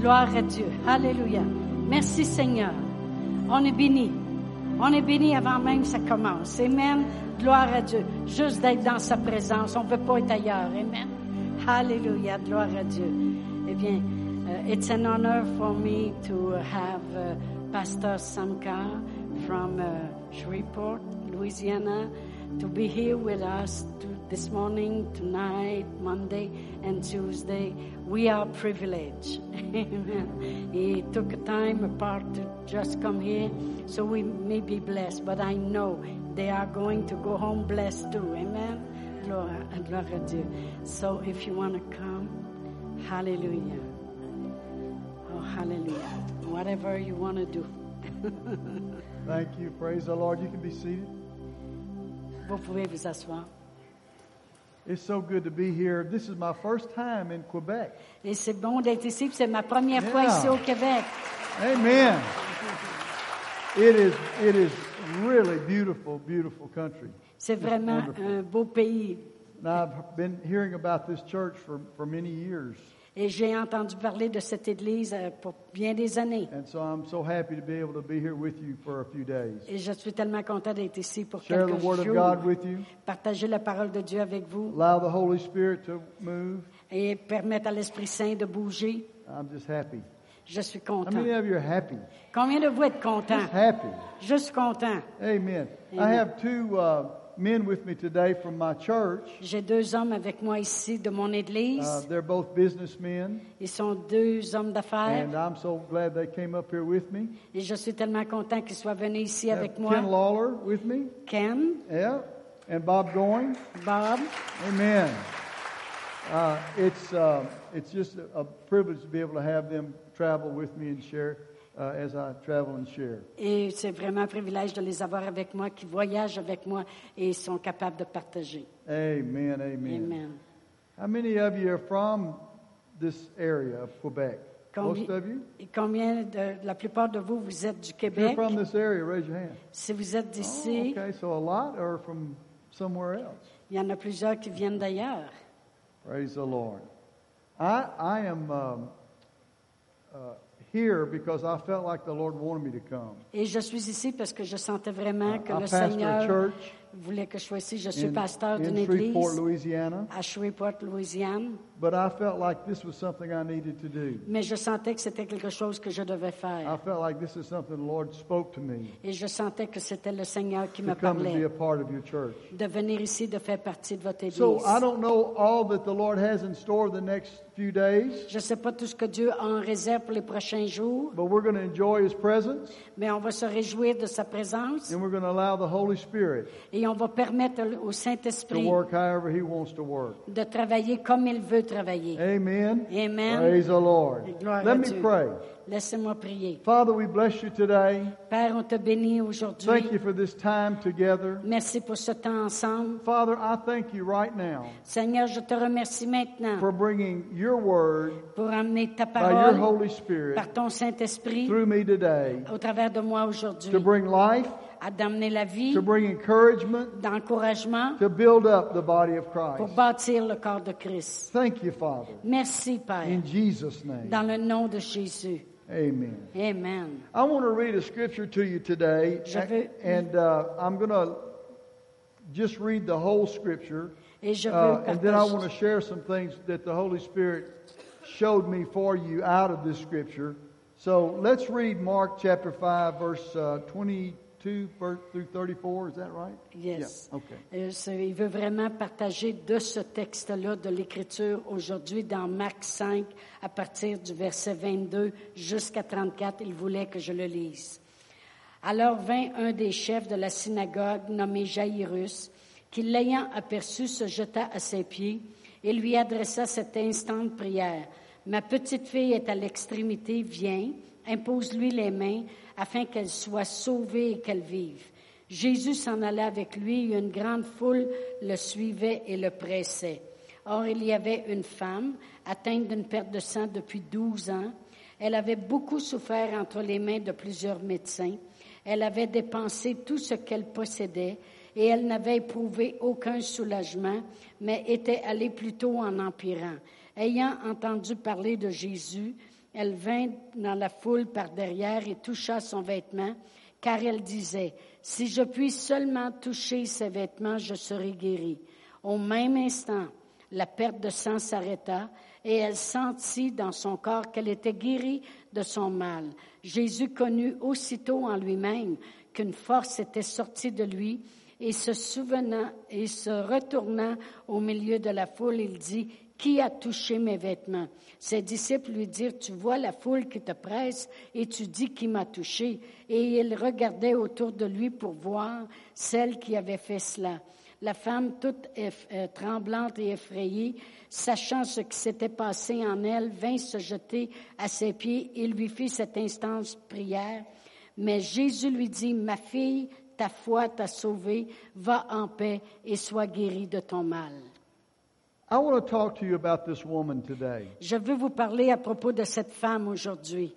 Gloire à Dieu. Alléluia. Merci Seigneur. On est béni. On est béni avant même que ça commence. Amen. Gloire à Dieu. Juste d'être dans sa présence. On ne peut pas être ailleurs. Amen. Hallelujah. Gloire à Dieu. Eh bien, uh, it's an honor for me to have uh, Pastor Samkar from uh, Shreveport, Louisiana, to be here with us to, this morning, tonight, Monday, and Tuesday. We are privileged. Amen. He took time apart to just come here, so we may be blessed, but I know they are going to go home blessed too. Amen. Gloire, gloire à Dieu. So if you want to come, hallelujah. Oh, hallelujah. Whatever you want to do. Thank you. Praise the Lord. You can be seated. Vous pouvez vous asseoir. It's so good to be here. This is my first time in Quebec. Et c'est bon d'être ici, puis c'est ma première fois Yeah. ici au Québec. Amen. It is it is really beautiful, beautiful country. C'est vraiment un beau pays. Now I've been hearing about this church for, for many years, Et j'ai entendu parler de cette église euh, pour bien des années. and so I'm so happy to be able to be here with you for a few days. Et je suis tellement content d'être ici pour Share the quelques word of jours. God with you. Partager la parole de Dieu avec vous Allow the Holy Spirit to move. et permettre à l'Esprit Saint de bouger. I'm just happy. Je suis How content. many of you are happy? Combien de vous êtes contents? Just happy. Je suis content. Amen. I Amen. have two uh, men with me today from my church. J'ai deux hommes avec moi ici de mon église. Uh, they're both businessmen, Ils sont deux hommes d'affaires. and I'm so glad they came up here with me. Et je suis tellement content qu'ils soient venus ici Have avec Ken moi. Lawler with me, Ken, yeah, and Bob Going. Bob, Amen. Uh, it's uh, it's just a, a privilege to be able to have them travel with me and share uh, as I travel and share. et c'est vraiment un privilège de les avoir avec moi, qui voyagent avec moi et ils sont capables de partager. Amen. Amen. Amen. How many of you are from this area of Quebec? Combi- Most of you. et combien de, la plupart de vous, vous êtes du If you're Québec? from this area, raise your hand. Si vous êtes Oh, d'ici, okay, so a lot are from somewhere else. il y en a plusieurs qui viennent d'ailleurs. Praise the Lord. I, I am um, uh, here because I felt like the Lord wanted me to come. Et je suis ici parce que je sentais vraiment que I le pastor a Seigneur Ah, church voulait que je sois ici. Je suis in, pasteur d'une in Shreveport, église Louisiana, à Shreveport, Louisiane, but I felt like this was something I needed to do. mais je sentais que c'était quelque chose que je devais I faire. felt like this is something the Lord spoke to me Et je sentais que c'était le Seigneur qui to me come and be parlait a part of your church. de venir ici, de faire partie de votre église. So I don't know all that the Lord has in store the next few days, Je ne sais pas tout ce que Dieu a en réserve pour les prochains jours, but we're going to enjoy His presence mais on va se réjouir de sa présence and we're going to allow the Holy Spirit et on va permettre au to Saint-Esprit work however He wants to work. de travailler comme il veut travailler. Amen. Amen. Praise the Lord. Gloire à Let me Dieu. pray. Laissez-moi prier. Father, we bless you today. Père, on te bénit aujourd'hui. Thank you for this time together. Merci pour ce temps ensemble. Father, I thank you right now Seigneur, je te remercie maintenant for bringing your word pour amener ta by your parole Holy Spirit par ton Saint-Esprit through me today au travers de moi aujourd'hui, to bring life, à d'amener la vie, to bring encouragement, d'encouragement to build up the body of pour Christ. bâtir le corps de Christ. Thank you, Father. Merci, Père, In Jesus' name. dans le nom de Jésus. Amen. Amen. I want to read a scripture to you today, Je veux- and uh, I'm going to just read the whole scripture. Et je veux Uh, and then I want partager. to share some things that the Holy Spirit showed me for you out of this scripture. So let's read Mark chapter 5, verse uh, 22 ver- through 34. Is that right? Yes. Yeah, okay. Euh, c'est- il veut vraiment partager de ce texte-là de l'Écriture aujourd'hui dans Marc 5 à partir du verset 22 jusqu'à 34. Il voulait que je le lise. Alors vint un des chefs de la synagogue nommé Jairus, qui l'ayant aperçu se jeta à ses pieds et lui adressa cette instante prière. Ma petite fille est à l'extrémité, viens, impose-lui les mains afin qu'elle soit sauvée et qu'elle vive. Jésus s'en alla avec lui et une grande foule le suivait et le pressait. Or, il y avait une femme atteinte d'une perte de sang depuis douze ans. Elle avait beaucoup souffert entre les mains de plusieurs médecins. Elle avait dépensé tout ce qu'elle possédait et elle n'avait éprouvé aucun soulagement, mais était allée plutôt en empirant. Ayant entendu parler de Jésus, Elle vint dans la foule par derrière et toucha son vêtement, car elle disait, Si je puis seulement toucher ses vêtements, je serai guérie. Au même instant, la perte de sang s'arrêta et elle sentit dans son corps qu'elle était guérie de son mal. Jésus connut aussitôt en lui-même qu'une force était sortie de lui et se souvenant et se retournant au milieu de la foule, il dit, qui a touché mes vêtements? Ses disciples lui dirent, tu vois la foule qui te presse et tu dis qui m'a touché. Et il regardait autour de lui pour voir celle qui avait fait cela. La femme, toute eff- euh, tremblante et effrayée, sachant ce qui s'était passé en elle, vint se jeter à ses pieds et lui fit cette instance prière. Mais Jésus lui dit, ma fille, ta foi t'a sauvée, va en paix et sois guérie de ton mal. I want to talk to you about this woman today. Je veux vous parler à propos de cette femme aujourd'hui.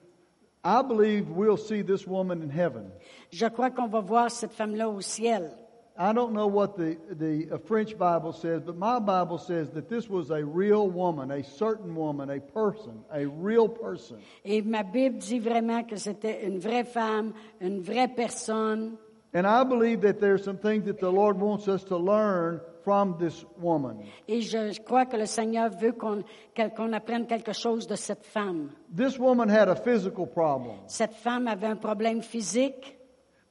I believe we'll see this woman in heaven. Je crois qu'on va voir cette femme-là au ciel. I don't know what the, the uh, French Bible says, but my Bible says that this was a real woman, a certain woman, a person, a real person. Et ma Bible dit vraiment que c'était une vraie femme, une vraie personne. And I believe that there's some things that the Lord wants us to learn from this woman. Et je crois que le Seigneur veut qu'on que- qu'on apprenne quelque chose de cette femme. This woman had a physical problem, Cette femme avait un problème physique,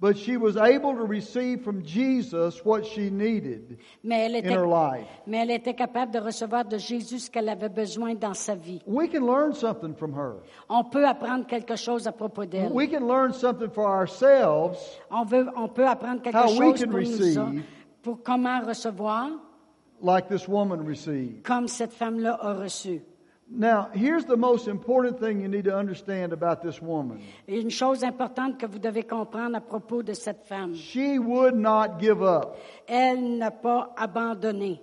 but she was able to receive from Jesus what she needed mais elle in était, her life. mais elle était capable de recevoir de Jésus ce qu'elle avait besoin dans sa vie. We can learn something from her. On peut apprendre quelque chose à propos d'elle. We can learn something for ourselves, On, veut, on peut apprendre quelque How we chose can pour receive. nous, autres, pour comment recevoir, like this woman received. comme cette femme-là a reçu. Now, here's the most important thing you need to understand about this woman. Et une chose importante que vous devez comprendre à propos de cette femme, She would not give up. elle n'a pas abandonné.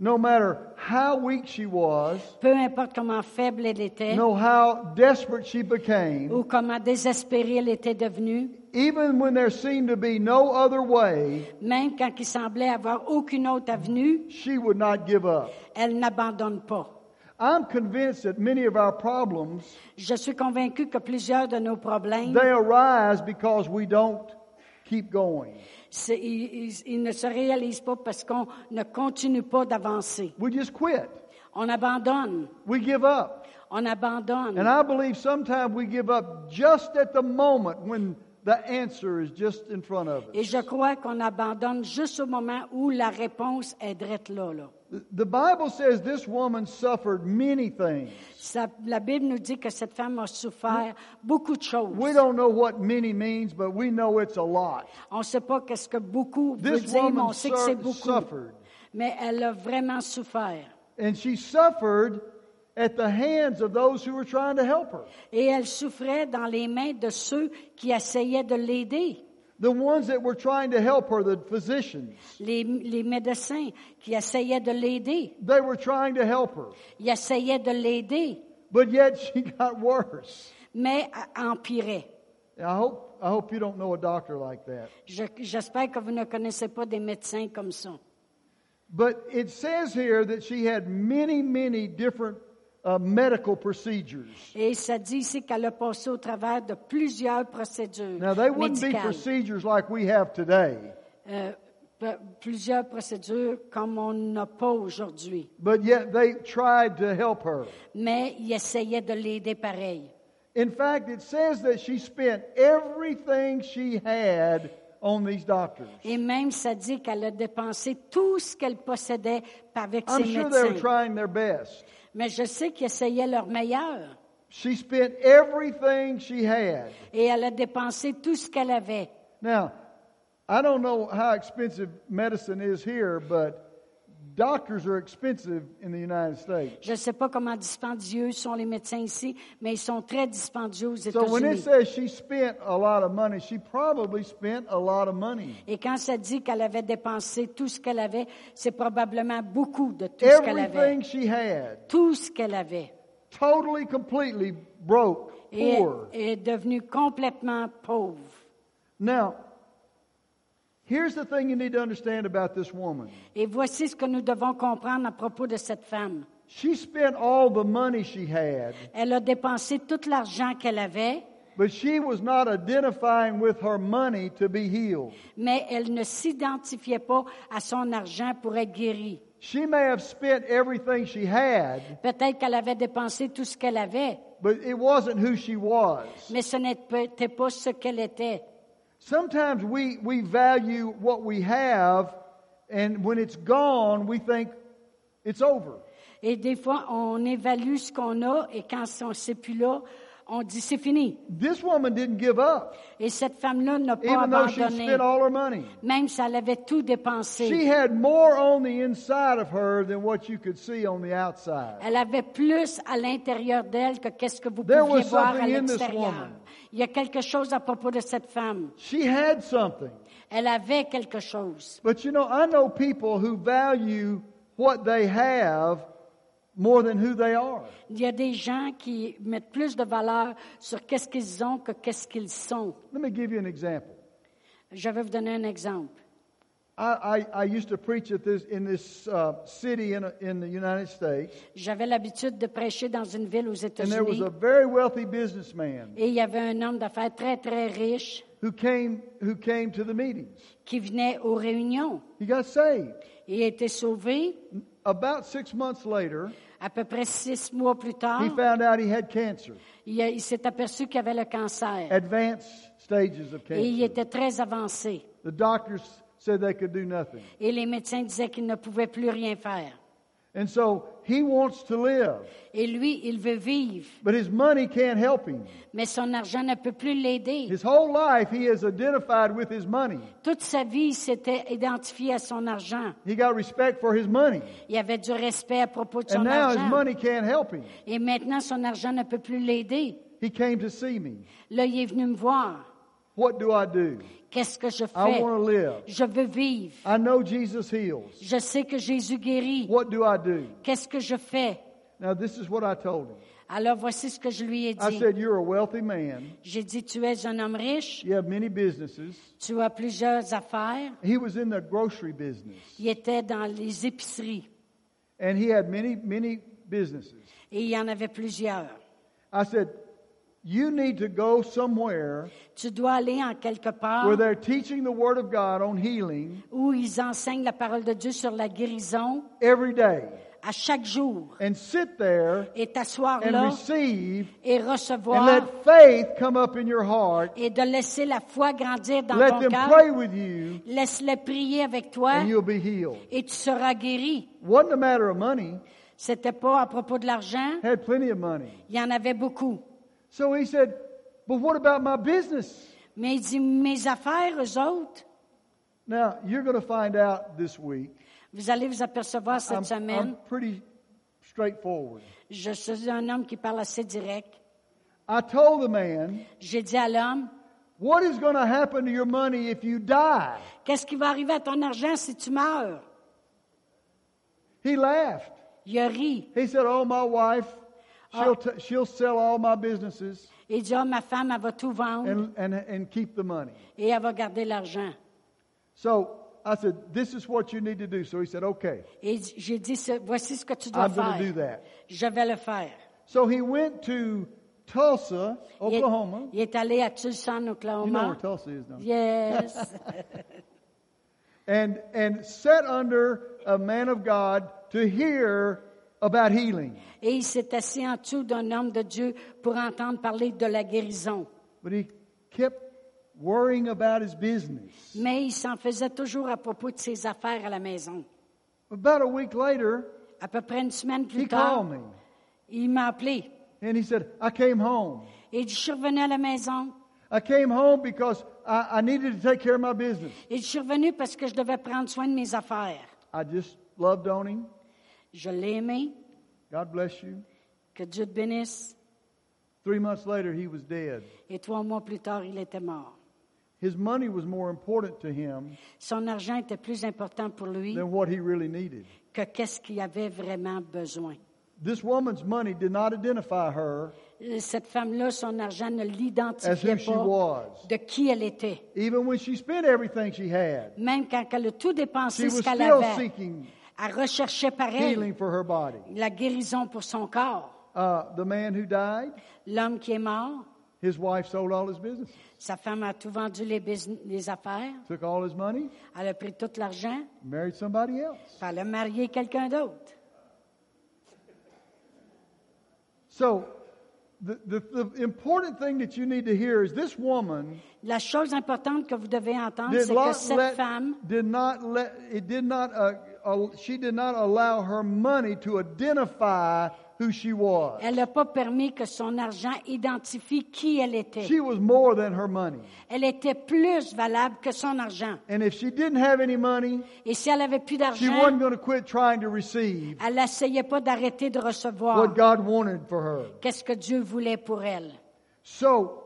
No matter how weak she was, Peu importe comment faible elle était no how desperate she became, ou comment désespérée elle était devenue, even when there seemed to be no other way, même quand il semblait avoir aucune autre avenue, she would not give up. elle n'abandonne pas. I'm convinced that many of our problems, Je suis convaincue que plusieurs de nos problèmes, they arise because we don't keep going. c'est- ils, ils- ils ne se réalisent pas parce qu'on ne continue pas d'avancer. We just quit. On abandonne. We give up. On abandonne. And I believe sometimes we give up just at the moment when the answer is just in front of Et us. je crois qu'on abandonne juste au moment où la réponse est drette là. là. The Bible says this woman suffered many things. Ça- la Bible nous dit que cette femme a souffert beaucoup de choses. We don't know what many means, but we know it's a lot. On ne sait pas qu'est-ce que beaucoup veut This dire, mais woman on sait que c'est sur- beaucoup. suffered. Mais elle a vraiment souffert. And she suffered at the hands of those who were trying to help her. Et elle souffrait dans les mains de ceux qui essayaient de l'aider. The ones that were trying to help her, the physicians, Les, les médecins qui essayaient de l'aider. they were trying to help her. Ils essayaient de l'aider, But yet she got worse. mais a- empirait. And I hope, I hope you don't know a doctor like that. Je- J'espère que vous ne connaissez pas des médecins comme ça. But it says here that she had many, many different uh, medical procedures. Et ça dit ici qu'elle a passé au travers de plusieurs procédures Now, they wouldn't be médicales. procedures like we have today, Euh, pe- plusieurs procédures comme on n'a pas aujourd'hui. but yet they tried to help her. Mais il essayait de l'aider pareil. In fact, it says that she spent everything she had on these doctors. Et même, ça dit qu'elle a dépensé tout ce qu'elle possédait avec I'm ses sure they were médecins. trying their best. Mais je sais qu'ils essayaient leur meilleur. She spent everything she had. Et elle a dépensé tout ce qu'elle avait. Now, I don't know how expensive medicine is here, but doctors are expensive in the United States. Je ne sais pas comment dispendieux sont les médecins ici, mais ils sont très dispendieux aux So when it États-Unis. says she spent a lot of money, she probably spent a lot of money. Et quand ça dit qu'elle avait dépensé tout ce qu'elle avait, c'est probablement beaucoup de tout ce qu'elle avait. Everything she had, Tout ce qu'elle avait. totally, completely broke, Et poor. est devenue complètement pauvre. Now, here's the thing you need to understand about this woman. Et voici ce que nous devons comprendre à propos de cette femme. She spent all the money she had, Elle a dépensé tout l'argent qu'elle avait, but she was not identifying with her money to be healed. mais elle ne s'identifiait pas à son argent pour être guérie. She may have spent everything she had, Peut-être qu'elle avait dépensé tout ce qu'elle avait, but it wasn't who she was. mais ce n'était pas ce qu'elle était. Sometimes we, we value what we have, and when it's gone, we think it's over. Et des fois, on évalue ce qu'on a et quand on ne sait plus là, on dit c'est fini. This woman didn't give up, Et cette femme-là n'a pas even though she abandonné, spent all her money. même si elle avait tout She dépensé. had more on the inside of her than what you could see on the outside. Elle avait plus à l'intérieur d'elle que qu'est-ce que vous There pouviez was voir à something in this l'extérieur. woman. Il y a quelque chose à propos de cette femme. She had something. Elle avait quelque chose. But you know, I know people who value what they have more than who they are. Il y a des gens qui mettent plus de valeur sur qu'est-ce qu'ils ont que qu'est-ce qu'ils sont. Let me give you an example. Je vais vous donner un exemple. I, I, I used to preach at this, in this uh, city in, in the United States. J'avais l'habitude de prêcher dans une ville aux And there was États-Unis a very wealthy businessman et il y avait un homme d'affaires très, très riche who came who came to the meetings. qui venait aux réunions. He got saved. Il a été sauvé. About six months later, À peu près six mois plus tard, he found out he had cancer, il, a- il s'est aperçu qu'il avait le cancer advanced stages of et il cancer. était très avancé. The doctors said they could do nothing. Et les médecins disaient qu'il ne pouvait plus rien faire. And so he wants to live, Et lui, il veut vivre, but his money can't help him. mais son argent ne peut plus l'aider. His whole life he has identified with his money. Toute sa vie, il s'était identifié à son argent. He got respect for his money. Il avait du respect à propos de And son now his argent. money can't help him. Et maintenant, son argent ne peut plus l'aider. He came to see me. Là, il est venu me voir. What do I do? Qu'est-ce que je I fais? want to live. Je veux vivre. I know Jesus heals. Je sais que Jésus guérit. What do I do? Qu'est-ce que je fais? Now, this is what I told him. Alors voici ce que je lui ai I dit. said, You're a wealthy man. J'ai dit, tu es un homme riche, You have many businesses. tu as plusieurs affaires. He was in the grocery business, Il était dans les épiceries and he had many, many businesses. et il y en avait plusieurs. I said, You need to go somewhere Tu dois aller en quelque part where they're teaching the Word of God on healing où ils enseignent la parole de Dieu sur la guérison every day à chaque jour and sit there et t'asseoir and là receive et and recevoir let faith come up in your heart. et de laisser la foi grandir dans Let ton them cœur. pray with you, Laisse-les prier avec toi and you'll be healed. et tu seras guéri. Wasn't a matter of money, C'était pas à propos de l'argent, had plenty of money. il y en avait beaucoup. So he said, But what about my business? Mais il dit, mes affaires, eux autres, Now, you're going to find out this week. vous allez vous apercevoir cette I'm, semaine, I'm pretty straightforward. je suis un homme qui parle assez direct. I told the man, J'ai dit à l'homme, What is going to happen to your money if you die? qu'est-ce qui va arriver à ton argent si tu meurs? He laughed. Il a ri. He said, Oh, my wife, she'll, t- she'll sell all my businesses Il dit, ah, ma femme, elle va tout vendre and, and, and keep the money. et elle va garder l'argent. So I said, This is what you need to do. So he said, Okay, Et j'ai dit, Ce- voici ce que tu dois I'm going to do faire. that. Je vais le faire. So he went to Tulsa, Il est, Oklahoma. il est allé à Tucson, You know where Oklahoma. Tulsa is, don't you? Yes. and and set under a man of God to hear about healing. Et il s'est assis en dessous d'un homme de Dieu pour entendre parler de la guérison. But he kept worrying about his business. Mais il s'en faisait toujours à propos de ses affaires à la maison. About a week later, À peu près une semaine plus he tard, called me il m'a appelé. and he said, "I came home. Il dit, je suis revenu à la maison. I came home because I, I needed to take care of my business. Il dit, je suis revenu parce que je devais prendre soin de mes affaires. I just loved on him. Je l'ai aimé. God bless you." Que Dieu te bénisse. Three months later, he was dead. Et trois mois plus tard, il était mort. His money was more important to him Son argent était plus important pour lui than what he really needed. que qu'est-ce qu'il avait vraiment besoin. This woman's money did not identify her Euh, Cette femme-là, son argent ne as l'identifiait who she pas was. de qui elle était. Even when she spent everything she had, Même quand elle a tout she dépensé was ce qu'elle still avait, seeking Elle recherchait pareil healing for her body. la guérison pour son corps. Uh, the man who died, L'homme qui est mort, his wife sold all his business, sa femme a tout vendu les, busin- les affaires, took all his money, elle a pris tout l'argent, married somebody else. puis elle a marié quelqu'un d'autre. So, the, the, the important thing that you need to hear is this woman La chose importante que vous devez entendre, did c'est que not cette let, femme, did not let it did not uh, uh, she did not allow her money to identify who she was. elle n'a pas permis que son argent identifie qui elle était. She was more than her money, Elle était plus valable que son argent. and if she didn't have any money, Et si elle avait plus she d'argent, wasn't going to quit trying to receive elle n'essayait pas d'arrêter de recevoir what God wanted for her. qu'est-ce que Dieu voulait pour elle. So.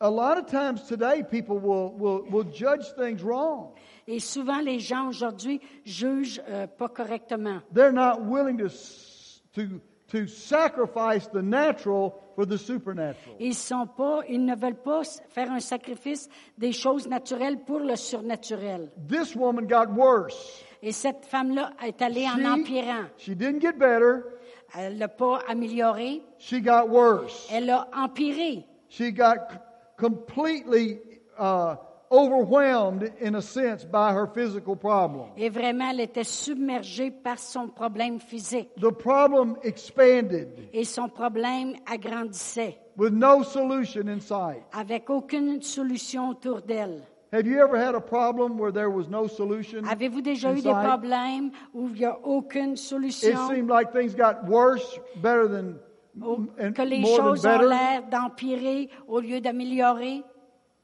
A lot of times today, people will, will, will judge things wrong. Et souvent, les gens aujourd'hui jugent euh, pas correctement. They're not willing to, s- to, to sacrifice the natural for the supernatural. Ils sont pas, ils ne veulent pas s- faire un sacrifice des choses naturelles pour le surnaturel. This woman got worse. Et cette femme-là est allée en She, empirant. she didn't get better. Elle l'a pas améliorée, She got worse. elle a empiré. She got c- completely uh, overwhelmed, in a sense, by her physical problem. Et vraiment, elle était submergée par son problème physique. The problem expanded Et son problème agrandissait, with no solution in sight. avec aucune solution autour d'elle. Have you ever had a problem where there was no solution? Avez-vous déjà eu des in sight? problèmes où il n'y a aucune It solution, seemed like things got worse, better than, ou and que les more than choses ont better. l'air d'empirer au lieu d'améliorer?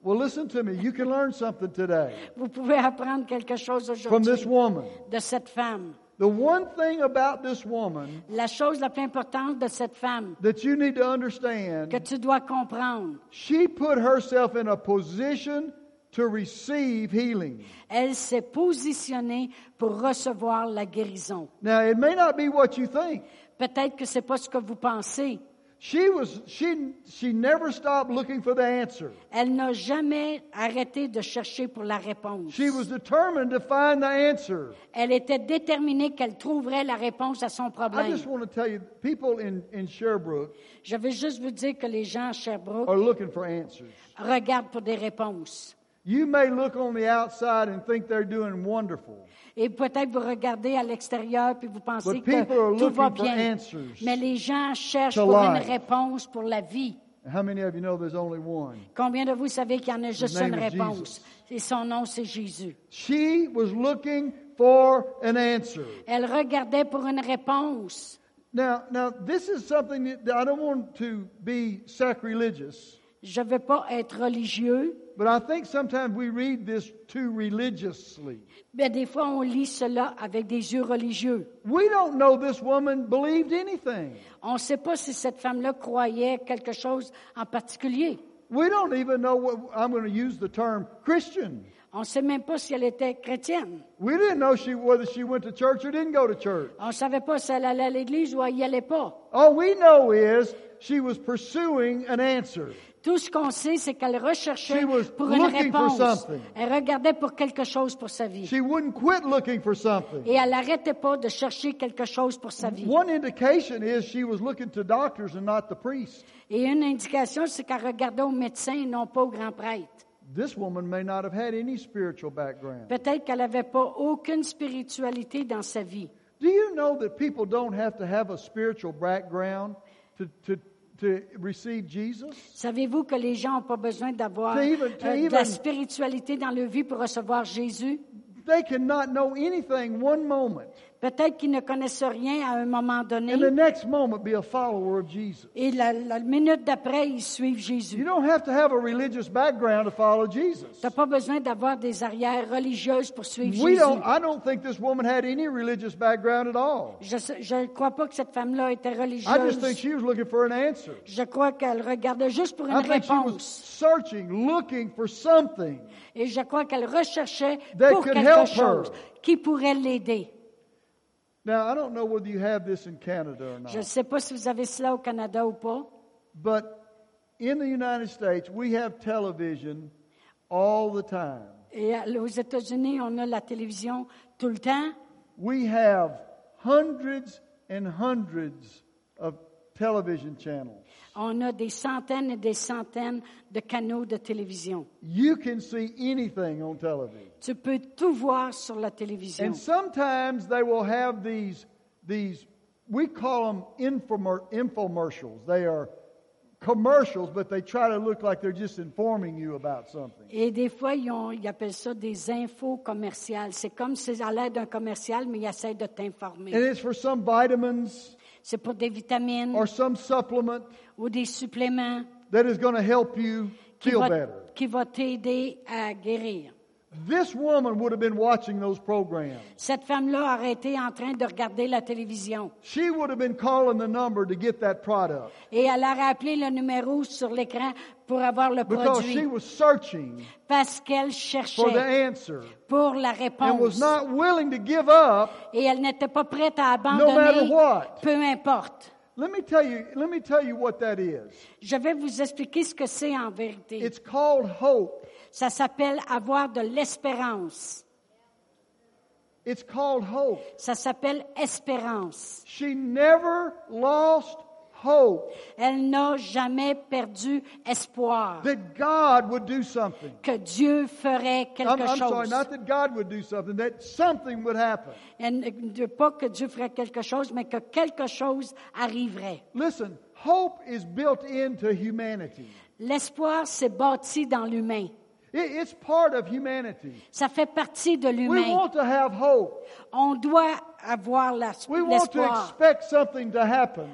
Well, listen to me. You can learn something today Vous pouvez apprendre quelque chose from this aujourd'hui woman. de cette femme. The one thing about this woman La chose la plus importante de cette femme that you need to que understand, tu dois comprendre, she put herself in a position to receive healing. elle s'est positionnée pour recevoir la guérison. Now, it may not be what you think. Peut-être que c'est pas ce que vous pensez. She was she she never stopped looking for the answer. Elle n'a jamais arrêté de chercher pour la réponse. She was determined to find the answer. Elle était déterminée qu'elle trouverait la réponse à son I problème. just want to tell you, people in, in Sherbrooke Je veux juste vous dire que les gens à Sherbrooke are looking for answers. regardent pour des réponses. You may look on the outside and think they're doing wonderful. Et peut-être vous regardez à l'extérieur puis vous pensez But people are que tout va looking for bien. answers Mais les gens cherchent to pour une life. réponse pour la vie. How many of you know there's only one? Combien de vous savez qu'il y en a juste name une is réponse? Et son nom, c'est Jésus. She was looking for an answer. Elle regardait pour une réponse. Now, now this is something that I don't want to be sacrilegious, Je ne veux pas être religieux, but I think sometimes we read this too religiously. mais des fois, on lit cela avec des yeux religieux. We don't know this woman believed anything. On ne sait pas si cette femme-là croyait quelque chose en particulier. We don't even know what I'm going to use the term Christian. On ne sait même pas si elle était chrétienne. We didn't know she whether she went to church or didn't go to church. On ne savait pas si elle allait à l'église ou elle n'y allait pas. All we know is she was pursuing an answer. Tout ce qu'on sait, c'est qu'elle recherchait She was pour une looking for réponse. something. Elle regardait pour quelque chose pour sa vie. She wouldn't quit looking for something. Et elle n'arrêtait pas de chercher quelque chose pour sa vie. One indication is she was looking to doctors and not the priest. Et une indication, c'est qu'elle regardait aux médecins et non pas aux grands prêtres. This woman may not have had any spiritual background. Peut-être qu'elle n'avait pas aucune spiritualité dans sa vie. Do you know that people don't have to have a spiritual background to, to, to receive Jesus? Savez-vous que les gens n'ont pas besoin d'avoir To even- to euh, de la even- spiritualité dans leur vie pour recevoir Jésus? They cannot know anything one moment Peut-être qu'ils ne connaissent rien à un moment donné. and the next moment be a follower of Jesus. Et la, la minute d'après, ils suivent You Jésus. don't have to have a religious background to follow Jesus. Tu n'as pas besoin d'avoir des arrières religieuses pour suivre We Jésus. don't I don't think this woman had any religious background at all. Je sais- Je ne crois pas que cette femme-là était I just think religieuse. she was looking for an answer. Je crois qu'elle regardait juste pour une I think she was réponse. searching, looking for something. Et je crois qu'elle recherchait That pour could quelque help chose her. qui pourrait l'aider. Now, I don't know whether you have this in Canada or Je ne not, sais pas si vous avez cela au Canada ou pas. but in the United States, we have television all the time. Et à- aux États-Unis, on a la télévision tout le temps. we have hundreds and hundreds of television channels. On a des centaines et des centaines de canaux de télévision. You can see anything on television. Tu peux tout voir sur la télévision. And sometimes they will have these, these we call them infomer, infomercials. They are commercials, but they try to look like they're just informing you about something. Et des fois, ils, ont- ils appellent ça des infos commerciales. C'est comme si à l'aide d'un commercial, mais ils essaient de And t'informer. it's for some vitamins C'est pour des vitamines or some supplement ou des suppléments that is going to help you qui feel va- better. qui va t'aider à guérir. This woman would have been watching those programs. Cette femme-là aurait été en train de regarder la télévision She would have been calling the number to get that product et elle aurait appelé le numéro sur l'écran pour avoir le because she produit was searching parce qu'elle for the cherchait answer pour la and was réponse not willing to give up. et elle n'était pas prête à matter abandonner, what. peu importe. Let me tell you, let me tell you what that is. Je vais vous expliquer ce que c'est en vérité. It's called hope. Ça s'appelle avoir de l'espérance. It's called hope. Ça s'appelle espérance. She never lost hope Elle n'a jamais perdu espoir that God would do something. que Dieu ferait I'm, quelque I'm sorry, chose. not that God would do something, that something would happen. Elle ne ne pas que Dieu ferait quelque chose, mais que quelque chose arriverait. Listen, hope is built into humanity. L'espoir s'est bâti dans l'humain. It- it's part of humanity. Ça fait partie de We l'humain. want to have hope. On doit avoir la- We want to l'espoir. expect something to happen,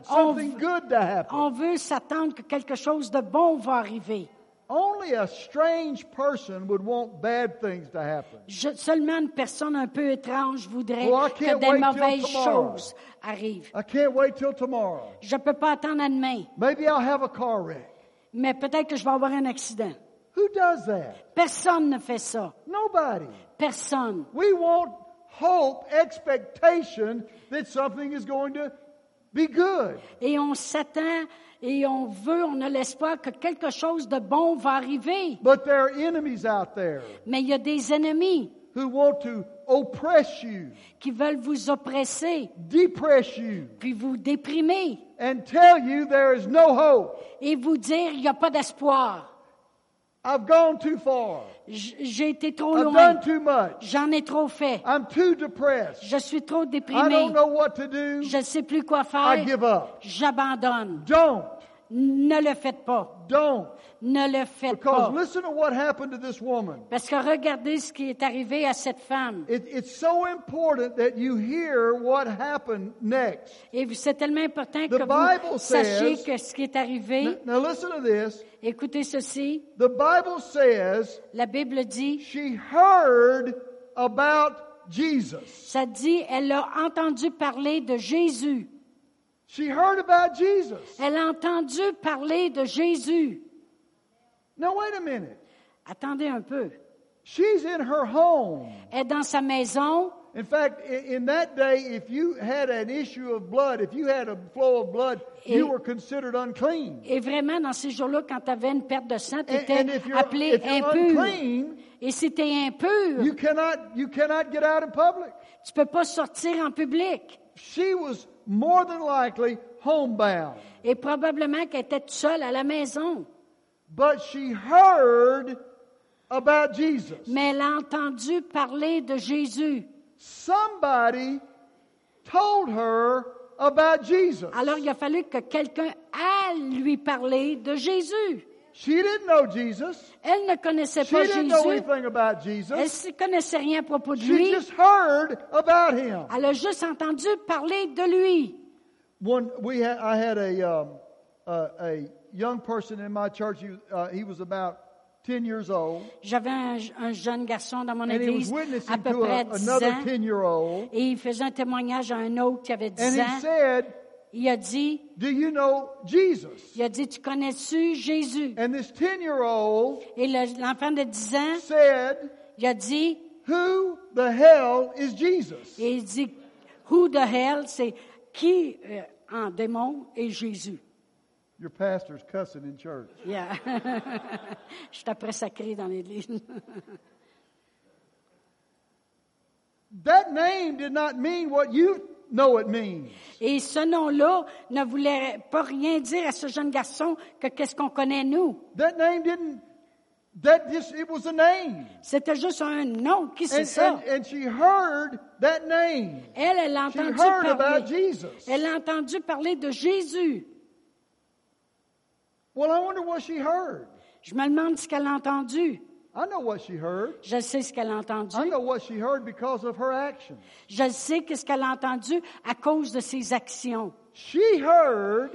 v- something oh. good to happen. On veut s'attendre que quelque chose de bon va arriver. Only a strange person would want bad things to happen. Je- seulement une personne un peu étrange voudrait Well, I que can't des wait till mauvaises tomorrow. choses arrivent. I can't wait till tomorrow. Je ne peux pas attendre à demain, Maybe I'll have a car wreck. mais peut-être que je vais avoir un accident. Who does that? Personne ne fait ça. Nobody. Personne. We want hope, expectation that something is going to be good. Et on s'attend et on veut, on a l'espoir que quelque chose de bon va arriver. But there are enemies out there Mais il y a des ennemis who want to oppress you, qui veulent vous oppresser, depress you, puis vous déprimer and tell you there is no hope. et vous dire il n'y a pas d'espoir. I've gone too far. J- J'ai été trop I've loin. done too much. J'en ai trop fait. I'm too depressed. Je suis trop I déprimé. don't know what to do. Je ne sais plus quoi I faire. give up. J'abandonne. Don't. Ne le faites pas. Don't. Ne le faites pas. Because listen to what happened to this woman. Parce que regardez ce qui est arrivé à cette femme. It, it's so important that you hear what happened next. Et c'est tellement important The que vous Bible sachiez says- que ce qui est arrivé, Now, now listen to this. écoutez ceci, The Bible says la Bible dit, she heard about Jesus. ça dit, elle a entendu parler de Jésus. She heard about Jesus. Elle a entendu parler de Jésus. Now wait a minute. Attendez un peu. She's in her home. Elle est dans sa maison. In fact, i- in that day, if you had an issue of blood, if you had a flow of blood, you Et- were considered unclean. Et vraiment, dans ces jours-là, quand tu avais une perte de sang, tu And, and étais if you're, appelé if you're impur. unclean, Et si tu es impur, you cannot you cannot get out in public. tu peux pas sortir en public. She was more than likely homebound, Et probablement qu'elle était toute seule à la maison. but she heard about Jesus. Mais elle a entendu parler de Jésus. Somebody told her about Jesus. Alors, il a fallu que quelqu'un aille lui parler de Jésus. She didn't know Jesus. Elle ne connaissait She pas didn't know Jésus. anything about Elle Jesus. ne connaissait rien à propos de She lui. just heard about him. Elle a juste entendu parler de lui. One, we had, I had a um, uh, a young person in my church. He, uh, he was about ten years old, J'avais un, un jeune garçon dans mon and he was église, à witnessing peu to a- près 10 another ans, ten-year-old. et il faisait un témoignage à un autre qui avait 10 And he ans. said, Il a dit, Do you know Jesus? il a dit, tu connais-tu Jésus? And this 10 year old Et le- l'enfant de 10 ans, said, il a dit, Who the hell is Jesus? et il dit, who the hell, c'est qui euh, en démon est Jésus? Your pastor's cussing in church. Yeah. Je suis après sacré dans l'église. That name did not mean what you know it means. Et ce nom-là ne voulait pas rien dire à ce jeune garçon que qu'est-ce qu'on connaît nous. That name didn't, that just, it was a name. C'était juste un nom. Qui c'est And, ça? and, and she heard that name. Elle, elle a She entendu heard about parler. Jesus. Elle a entendu parler de Jésus. Well, I wonder what she heard. Je me demande ce qu'elle a entendu. I know what she heard. Je sais ce qu'elle a entendu. I know what she heard because of her actions. Je sais qu'est-ce qu'elle a entendu à cause de ses actions. She heard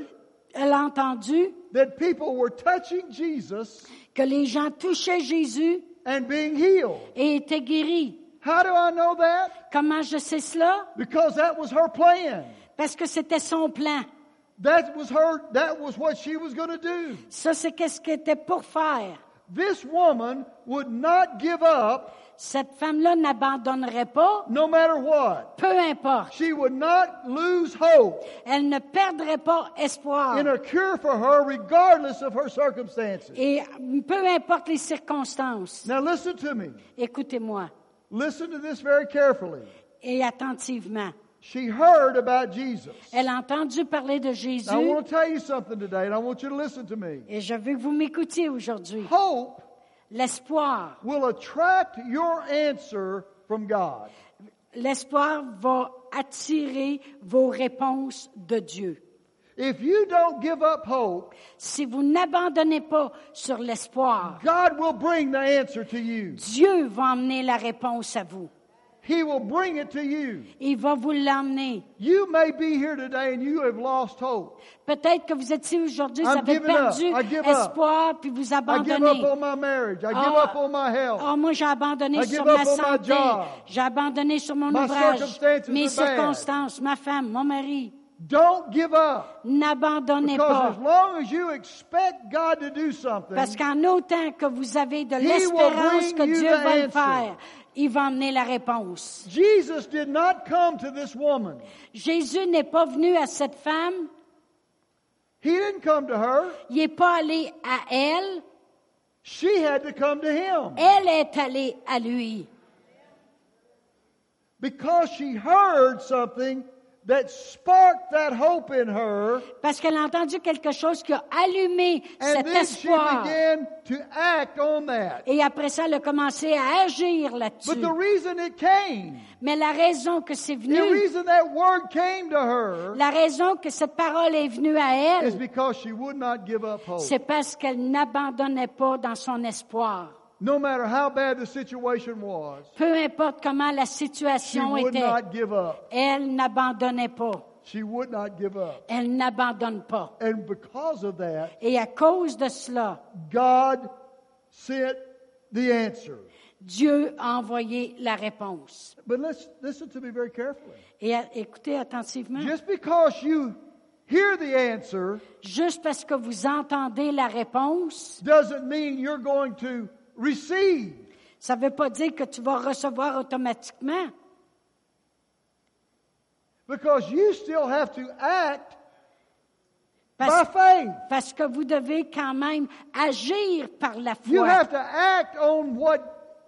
Elle a entendu that people were touching Jesus que les gens touchaient Jésus and being healed. et étaient guéris. How do I know that? Comment je sais cela? Because that was her plan. Parce que c'était son plan. That was her, that was what she was going to do. Ça, c'est qu'est-ce qu'elle était pour faire. This woman would not give up Cette femme-là n'abandonnerait pas, no matter what. peu importe. She would not lose hope Elle ne perdrait pas espoir. in a cure for her regardless of her circumstances. Et peu importe les circonstances. Now listen to me. Écoutez-moi Listen to this very carefully. et attentivement. She heard about Jesus. Elle a entendu parler de Now, I Jésus want to tell you something today, and I want you to listen to me. et je veux que vous m'écoutiez aujourd'hui. Hope L'espoir. will attract your answer from God. L'espoir va attirer vos réponses de Dieu. If you don't give up hope, Si vous n'abandonnez pas sur l'espoir, God will bring the answer to you. Dieu va emmener la réponse à vous. He will bring it to you. Il va vous l'emmener. You may be here today and you have lost hope. Peut-être que vous êtes ici aujourd'hui, I'm vous avez giving up. perdu I Ah, give up. espoir, puis vous I give up abandonnez. on my marriage. I give Ah, up on my health. ah, moi, j'ai abandonné I sur give up ma on my santé. job. J'ai abandonné sur mon My ouvrage, circumstances mes are bad. circonstances, ma femme, mon mari. Don't give up. N'abandonnez Because pas. as long as you expect God to do something, Parce qu'en autant que vous avez de will l'espérance bring que you Dieu the va le answer. faire, il va emmener la réponse. Jesus did not come to this woman. Jésus n'est pas venu à cette femme, He didn't come to her. il n'est pas allé à elle, She had to come to him. elle est allée à lui. Because she heard something that sparked that hope in her, Parce qu'elle a entendu quelque chose qui a allumé and cet then she espoir. began to act on that. Et après ça, elle a commencé à agir But là-dessus. the reason it came, Mais la raison que c'est the venu, reason that word came to her, la raison que cette parole est venue à is elle, because she would not give up hope. c'est parce qu'elle n'abandonnait pas dans son espoir. No matter how bad the situation was, Peu importe comment la she situation would était, not give up. elle n'abandonnait pas. She would not give up. Elle n'abandonne pas. And because of that, Et à cause de cela, God sent the answer. Dieu a envoyé la réponse. But let's listen to me very carefully. Et à- écoutez attentivement. Just because you hear the answer Juste parce que vous entendez la réponse, doesn't mean you're going to receive. ça ne veut pas dire que tu vas recevoir automatiquement. Because you still have to act by Parce, faith. parce que vous devez quand même agir par la You foi. have to act on what,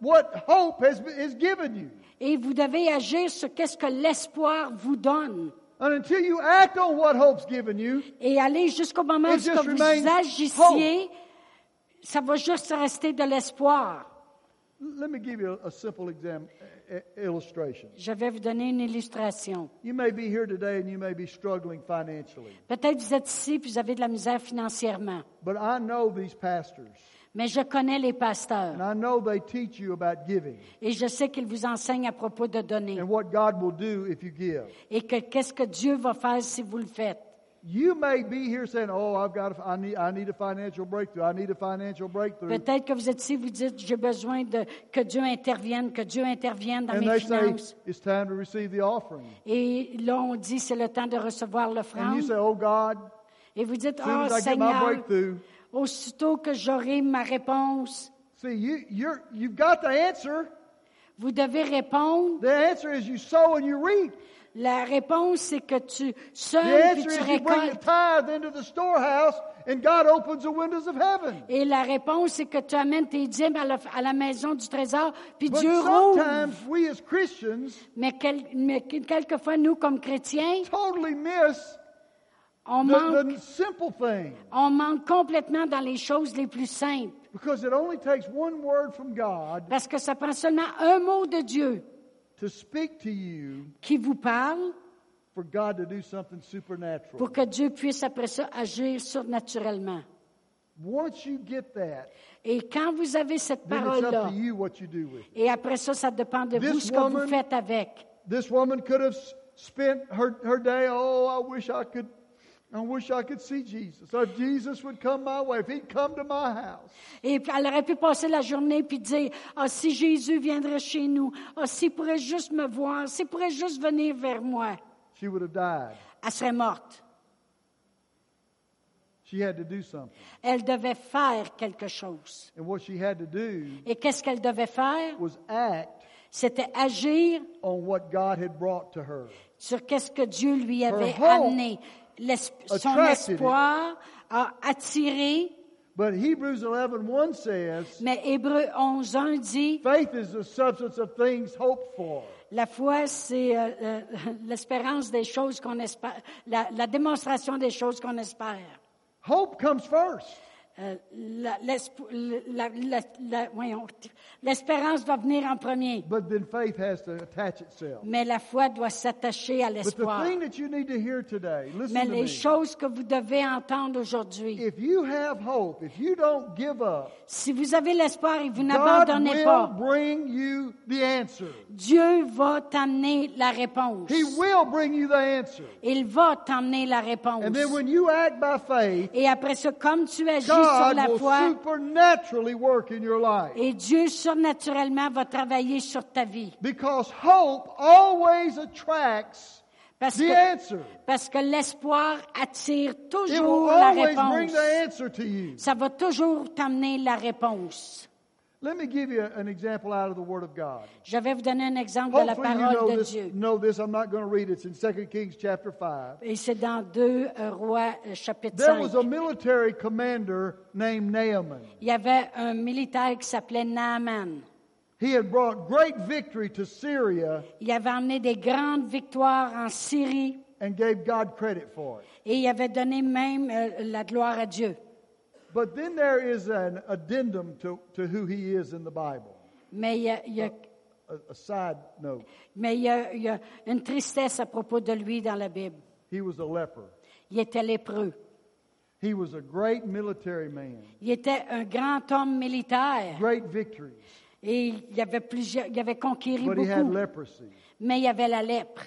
what hope has, is given you. Et vous devez agir sur qu'est-ce que l'espoir vous donne. And until you act on what hope's given you, Et aller jusqu'au moment où It just que vous remains agissiez, ça va juste rester de l'espoir. let me give you a, a simple exam, i- i- illustration. Je vais vous donner une illustration. You may be here today and you may be struggling financially, Peut-être vous êtes ici puis vous avez de la misère financièrement, but I know these pastors, mais je connais les pasteurs and I know they teach you about giving et je sais qu'ils vous enseignent à propos de donner and what God will do if you give. et que qu'est-ce que Dieu va faire si vous le faites. You may be here saying, "Oh, I've got, a, I need, I need a financial breakthrough. I need a financial breakthrough," Peut-être que vous êtes ici, vous dites, j'ai besoin de, que Dieu intervienne, que Dieu intervienne dans and mes they say finances. it's time to receive the offering, Et là, on dit, c'est le temps de recevoir and you l'offrande. say, "Oh God, Et vous dites, as soon oh as I get my Seigneur, breakthrough." aussitôt que j'aurai ma réponse, See, you, you're, you've got the answer. vous devez répondre. The answer is you sow and you reap. La réponse, c'est que tu The sèmes puis tu answer is you bring the récoltes. tithe into the storehouse and God opens the windows of heaven. Et la réponse, c'est que tu amènes tes dîmes à la, à la maison du trésor, puis But Dieu roule. sometimes we as Christians Mais, quel- mais quelquefois, nous, comme chrétiens, totally miss on the, manque, the simple thing on manque complètement dans les choses les plus simples. because it only takes one word from God Parce que ça prend seulement un mot de Dieu to speak to you qui vous parle for God to do something supernatural. pour que Dieu puisse après ça agir surnaturellement. Once you get that, Et quand vous avez cette then it's up parole-là, to you what you do with it. et après ça, ça dépend de vous This ce que vous woman- faites avec. This woman could have s- spent her, her day, oh, I wish I could. I wish I could see Jesus. If Jesus would come my way, if he'd come to my house. Et puis, elle aurait pu passer la journée puis dire, ah, si Jésus viendrait chez nous, ah, s'il pourrait juste me voir, s'il pourrait juste venir vers moi, She would have died. elle serait morte. She had to do something. Elle devait faire quelque chose. And what she had to do Et qu'est-ce qu'elle devait faire? was act C'était agir on what God had brought to her. sur qu'est-ce que Dieu lui avait hope amené. L'esp- son attracted it. espoir a attiré, But Hebrews 11, says, mais Hébreu 11.1 dit, faith is the substance of things hoped for. La foi, c'est euh, euh, l'espérance des choses qu'on espère, la, la démonstration des choses qu'on espère. Hope comes first. Euh, la- l'esp- la- la- la- voyons, L'espérance va venir en premier, But then faith has to attach itself. mais la foi doit s'attacher à But the l'espoir. thing that you need to hear today, listen Mais to les me. choses que vous devez entendre aujourd'hui, If you have hope, if you don't give up, si vous avez l'espoir et vous God n'abandonnez will pas, bring you the answer. Dieu va t'amener la réponse. He will bring you the answer. Il va t'amener la réponse. And then when you act by faith, Et après ça, comme tu agis sur God la will foi, supernaturally work in your life. Et Dieu surnaturellement va travailler sur ta vie. Because hope always attracts Parce the que, answer. parce que l'espoir attire It will toujours la always bring réponse. the answer to you. Ça va toujours t'amener la réponse. Let me give you an example out of the Word of God. Je vais vous donner un exemple de la Hopefully, you know parole de this, Dieu. know this. I'm not going to read it. It's in 2 Kings chapter 5. Et c'est dans 2 Rois euh, chapitre There 5. was a military commander named Naaman. Il y avait un militaire qui s'appelait Naaman. He had brought great victory to Syria Il avait emmené des grandes victoires en Syrie and gave God credit for it. et il avait donné même euh, la gloire à Dieu. But then there is an addendum to, to who he is in the Bible, Mais il y a- il y a a, a side note. Mais il y, a, il y a une tristesse à propos de lui dans la Bible. He was a leper. Il était lépreux. He was a great military man, Il était un grand homme militaire great victories, et il y avait plusieurs, il avait conquéri but he had beaucoup, leprosy. mais il y avait la lèpre.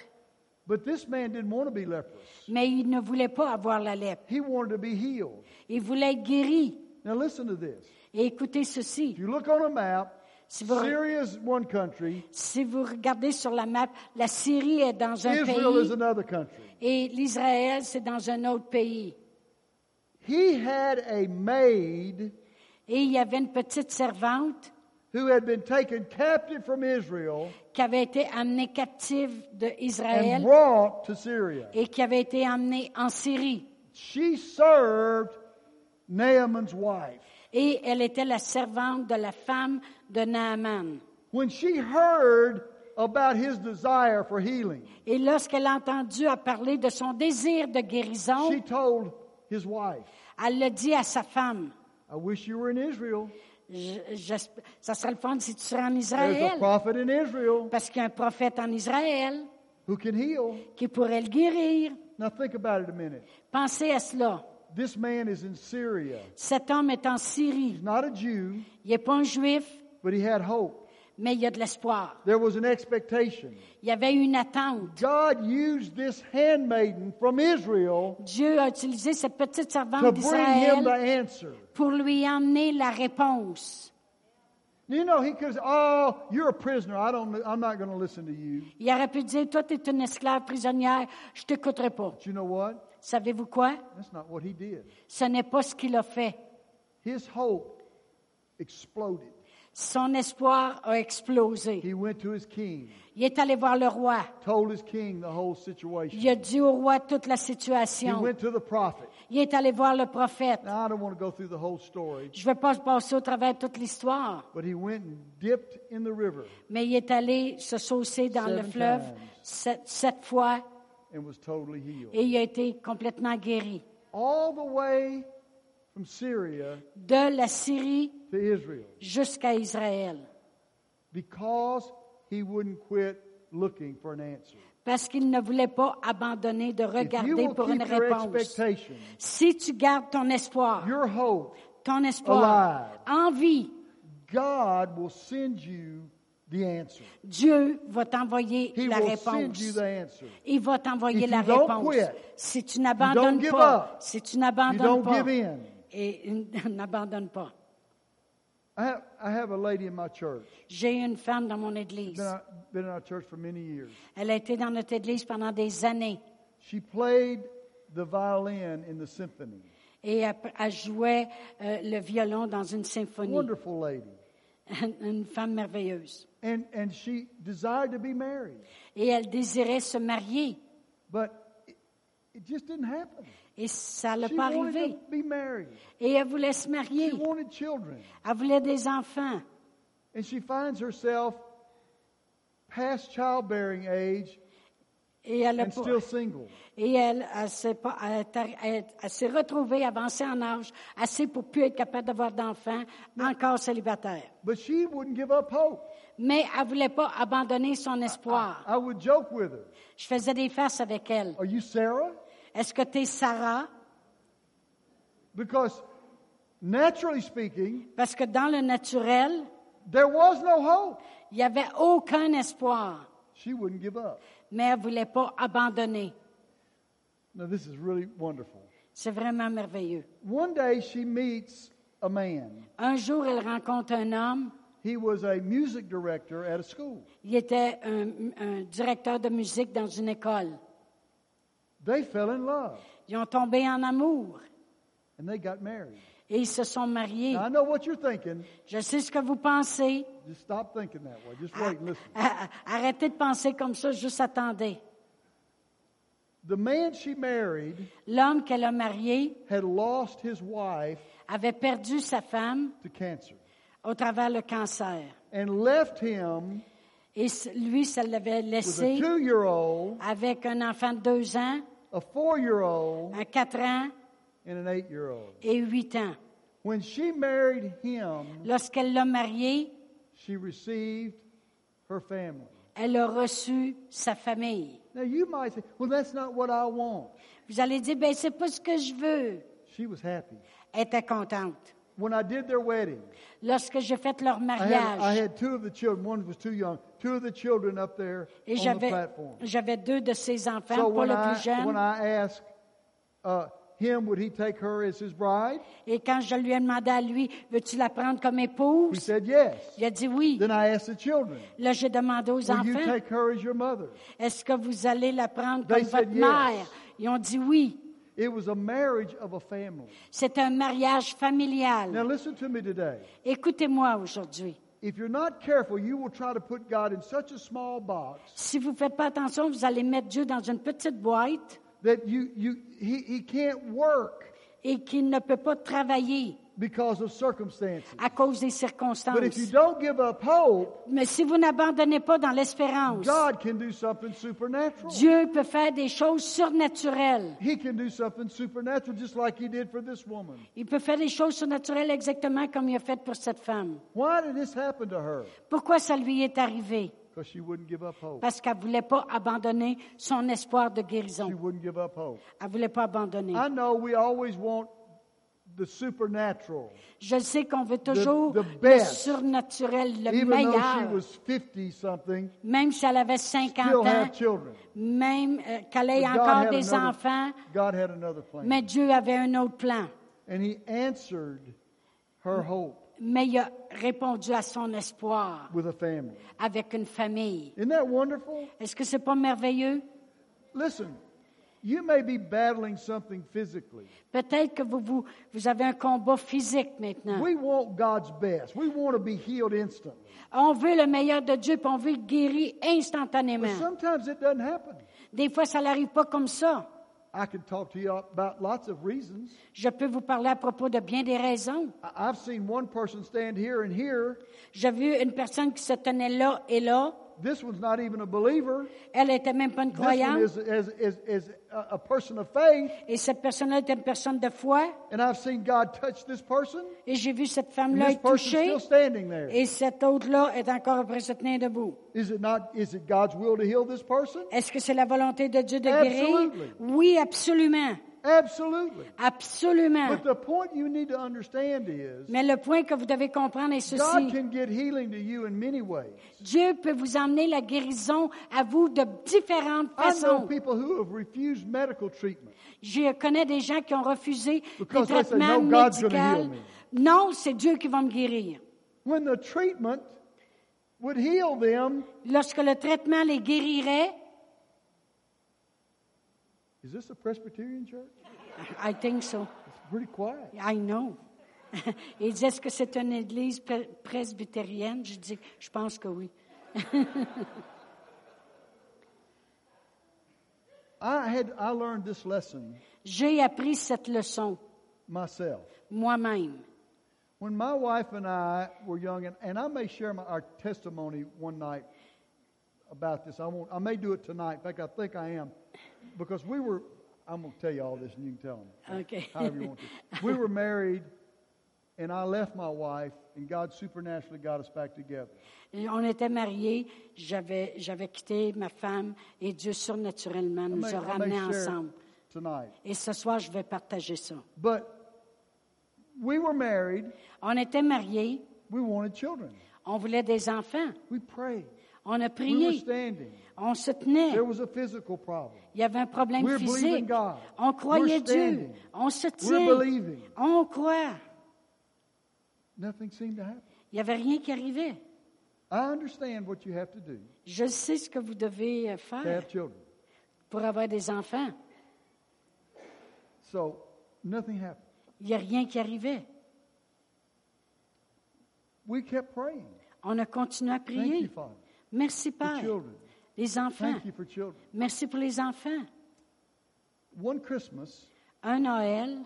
But this man didn't want to be leprous. Mais il ne voulait pas avoir la lèpre. He wanted to be healed. Il voulait être guéri. Now listen to this. Et écoutez ceci. If you look on a map, Si vous, Syria is one country, si vous regardez sur la map, la Syrie est dans un Israel is pays another country. et l'Israël, c'est dans un autre pays. He had a maid Et il y avait une petite servante who had been taken captive from Israel qui avait été amenée captive d'Israël. and brought to Syria. et qui avait été emmené en Syrie. She served Naaman's wife. Et elle était la servante de la femme de Naaman. When she heard about his desire for healing, Et lorsqu'elle a entendu à parler de son désir de she guérison, told his wife, elle le dit à sa femme. I wish you were in Israel. Je- j'esp- ça serait le fun si tu serais en There's a Israël, prophet in Israel parce qu'il y a un prophète en Israël who can heal. qui pourrait le guérir. Now think about it a minute. Pensez à cela. This man is in Syria. Cet homme est en He's Syrie. not a Jew, Il n'est pas un juif, but he had hope. mais il y a de l'espoir. There was an expectation. Il y avait une attente. God used this handmaiden from Israel Dieu a utilisé cette petite to servante bring him the d'Israël answer. pour lui emmener la réponse. You know, he could say, Oh, you're a prisoner. I don't, I'm not going to listen to you. Il aurait pu dire, toi, tu es une esclave prisonnière, je t'écouterai pas. But you know what? Savez-vous quoi? That's not what he did. Ce n'est pas ce qu'il a fait. His hope exploded. Son espoir a explosé. He went to his king, Il est allé voir le roi. told his king the whole situation. Il a dit au roi toute la He situation. went to the prophet. Il est allé voir le prophète. Now, I don't want to go through the whole story, Je ne vais pas passer au travers de toute l'histoire, but he went and dipped in the river mais il est allé se saucer dans le Seven fleuve times. sept, sept fois and was totally healed. et il a été complètement guéri. All the way from Syria De la Syrie to Israel jusqu'à Israël, because he wouldn't quit looking for an answer. parce qu'il ne voulait pas abandonner de If you regarder will pour une keep your réponse. expectation, Si tu gardes ton espoir, your hope, ton espoir alive. en vie, God will send you the answer. Dieu va t'envoyer He la will send you réponse. the answer. Il va t'envoyer If la you don't réponse. quit, si tu n'abandonnes you don't give pas, up, si tu You don't n'abandonnes pas, give in. et n'abandonne pas. I have, I have a lady in my church. J'ai une femme dans mon Been, église. our- been in our church for many years. Elle a été dans notre église pendant des années She played the violin in the symphony. et elle, elle jouait euh, le violon dans une symphonie. Wonderful lady. Une femme merveilleuse. And, and she desired to be married, Et elle désirait se marier but it, it just didn't happen. et ça l'a She pas wanted arrivé. to be married. Et elle voulait se marier. She wanted children. Elle voulait des enfants. And she finds herself past childbearing age Et elle, a and pas- still single. et elle, elle s'est pas- elle est arri- elle- elle s'est retrouvée avancée en âge, assez pour plus être capable d'avoir d'enfants, encore célibataire. But she wouldn't give up hope. Mais elle voulait pas abandonner son espoir. I would joke with her. Je faisais des farces avec elle. Are you Sarah? Est-ce que tu es Sarah? Because naturally speaking, Parce que dans le naturel, there was no hope. il n'y avait aucun espoir, She wouldn't give up. mais elle ne voulait pas abandonner. Now, this is really wonderful. C'est vraiment merveilleux. One day she meets a man. Un jour, elle rencontre un homme. He was a music director at a school. Il était un, un directeur de musique dans une école. They fell in love Ils ont tombé en amour and they got married. et ils se sont mariés. Now, I know what you're thinking. Je sais ce que vous pensez. Just stop thinking that way. Just wait and listen. Ah, ah, Arrêtez de penser comme ça, juste attendez. The man she married L'homme qu'elle a marié had lost his wife avait perdu sa femme to cancer au travers le cancer. and left him Et c- lui, ça l'avait with a laissé two year old, avec un enfant de deux ans, a four year old, un quatre ans and an eight year old. et huit ans. When she married him, Lorsqu'elle l'a marié, she received her family. elle a reçu sa famille. Now, you might say, well, that's not what I want. Vous allez dire, ben c'est pas ce que je veux. She was happy. Elle était contente. When I did their wedding, Lorsque j'ai fait leur I had, I mariage, had two of the children. One was too young. Two of the children up there et on the j'avais, platform. j'avais deux de ses enfants, So pas when le I, plus jeune. when I asked uh, him, would he take her as his bride? Et quand je lui ai demandé à lui, veux-tu la prendre comme He épouse? said yes. Il a dit oui. Then I asked the children, Là, j'ai demandé aux will you enfants, take her as your mother? est-ce que vous allez la prendre They comme votre said yes. mère? Ils ont dit oui. It was a marriage of a family. C'est un mariage Now familial. listen to me today. Écoutez-moi aujourd'hui. If you're not careful, you will try to put God in such a small box Si vous ne faites pas attention, vous allez mettre Dieu dans une petite boîte that you, you he, he can't work et qu'il ne peut pas travailler because of circumstances. à cause des But if you circonstances. don't give up hope, Mais si vous n'abandonnez pas dans l'espérance, God can do something supernatural. Dieu peut faire des choses surnaturelles. He can do something supernatural just like he did for this woman. Il peut faire des choses surnaturelles exactement comme il a fait pour cette femme. Why did this happen to her? Pourquoi ça lui est arrivé? Because she wouldn't give up hope. Parce qu'elle ne voulait pas abandonner son espoir de She guérison. wouldn't give up hope. Elle ne voulait pas abandonner. I know we always want the supernatural. Je sais qu'on veut toujours the le best. surnaturel, le Even though she meilleur. was 50 something, Même si elle avait 50 still ans, have children. même euh, qu'elle ait But encore had des another- enfants, God had another plan. mais Dieu avait un autre plan. and he answered her hope Mais il a répondu à son espoir with a family. avec une famille. Isn't that wonderful? Est-ce que c'est pas merveilleux? Listen, You may be battling something physically. Peut-être que vous, vous, vous avez un combat physique maintenant. We want God's best. We want to be healed instantly. On veut le meilleur de Dieu, puis on veut le guérir But instantanément. sometimes it doesn't happen. Des fois, ça n'arrive pas comme ça. I can talk to you about lots of reasons. Je peux vous parler à propos de bien des raisons. I- I've seen one person stand here and here. J'ai vu une personne qui se tenait là et là. This one's not even a believer. Elle n'était même pas une This one croyante. is, is, is, is a a person of faith. Et cette personne-là était une personne de foi. And I've seen God touch this person. Et j'ai vu cette And femme-là this être person's touchée. still standing there. Et cette autre-là est encore après se tenir debout. Is it not? Is it God's will to heal this person? Est-ce que c'est la volonté de Dieu de Absolutely. guérir? Oui, absolument. Absolutely. Absolument. But the point you need to understand is Mais le point que vous devez comprendre est God ceci. can get healing to you in many ways. Dieu peut vous emmener la guérison à vous de différentes I know façons. people who have refused medical treatment. Je connais des gens qui ont refusé des Because they say, traitements "No, God's gonna heal médicaux. Non, c'est Dieu qui va me guérir. When the treatment would heal them, Lorsque le traitement les guérirait, is this a Presbyterian church? I think so. It's pretty quiet. I know. Ils disent, est-ce que c'est une église pre- presbytérienne? Je dis, je pense que oui. I had I learned this lesson J'ai appris cette leçon myself. moi-même. When my wife and I were young, and, and I may share my, our testimony one night about this. I won't. I may do it tonight. In fact, I think I am, because we were. I'm going to tell you all this, and you can tell them. Okay. However you want to. We were married, and I left my wife, and God supernaturally got us back together. Et On était mariés, j'avais, j'avais quitté ma femme et Dieu surnaturellement I nous may, a I may ramenés share ensemble. tonight, Et ce soir, je vais partager ça. but we were married. On était mariés, We wanted children. on voulait des enfants, We prayed. on a We were prié, standing. on se tenait. There was a physical problem. Il y avait un problème We're believing physique. God. On croyait We're standing. Dieu, on se We're tient, believing. on croit. Nothing seemed to happen. Il n'y avait rien qui arrivait. I understand what you have to do Je sais ce que vous devez euh, to faire have children. pour avoir des enfants. So nothing happened. Il n'y a rien qui arrivait. We kept praying. On a continué à Thank you, prier. Father, Merci, for Père. children. Les enfants. Thank you for children. Merci pour les enfants. One Christmas, Un Noël,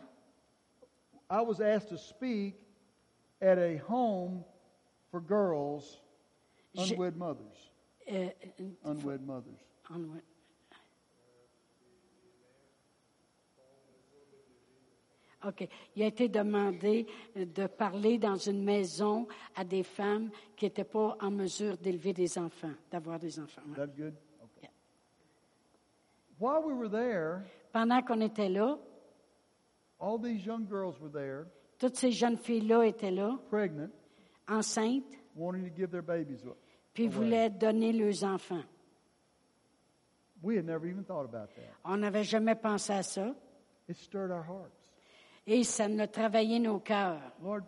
I was asked to speak at a home for girls, Je- unwed mothers. euh, Unwed mothers. on- OK. Il a été demandé euh, de parler dans une maison à des femmes qui n'étaient pas en mesure d'élever des enfants, d'avoir des enfants. Is ouais. that good? Okay. While we were there, Pendant qu'on était là, all these young girls were there, toutes ces jeunes filles-là étaient là, pregnant, enceintes, wanting to give their babies up. puis voulaient donner leurs enfants. We had never even thought about that. On n'avait jamais pensé à ça. It stirred our hearts. Et ça nous a travaillé nos cœurs. Lord,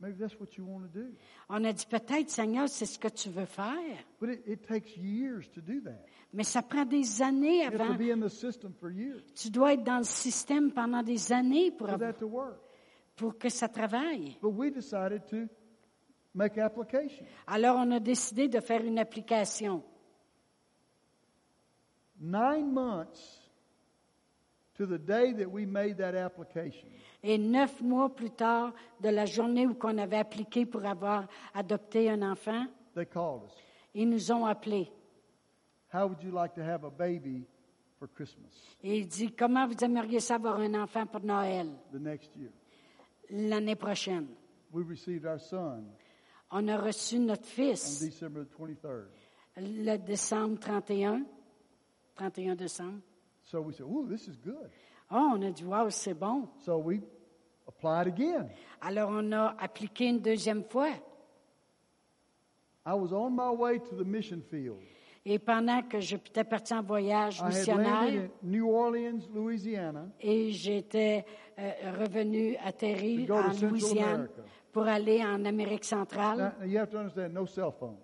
maybe that's what you want to do. On a dit peut-être, Seigneur, c'est ce que tu veux faire, But it, it takes years to do that. mais ça prend des années You have avant. to be in the system for years Tu dois être dans le système pendant des années pour, for avoir- that to work. pour que ça travaille. But we decided to make application. Alors, on a décidé de faire une application. Nine months to the day that we made that application, Et neuf mois plus tard, de la journée où on avait appliqué pour avoir adopté un enfant, they called us. ils nous ont appelés. How would you like to have a baby for Christmas Et il dit, comment vous aimeriez ça avoir un enfant pour Noël the next year? l'année prochaine? We received our son On a reçu notre on fils December the 23rd. le décembre 31, 31 décembre. So we said, Ooh, this is good. Oh, on a dit, wow, c'est bon. So we applied again. Alors, on a appliqué une deuxième fois. I was on my way to the mission field. Et pendant que j'étais partie en voyage I had landed missionnaire in New Orleans, Louisiana. et j'étais euh, revenue atterrie To go to en Central Louisiane America. pour aller en Amérique Now, centrale, now, you have to understand, no cell phones.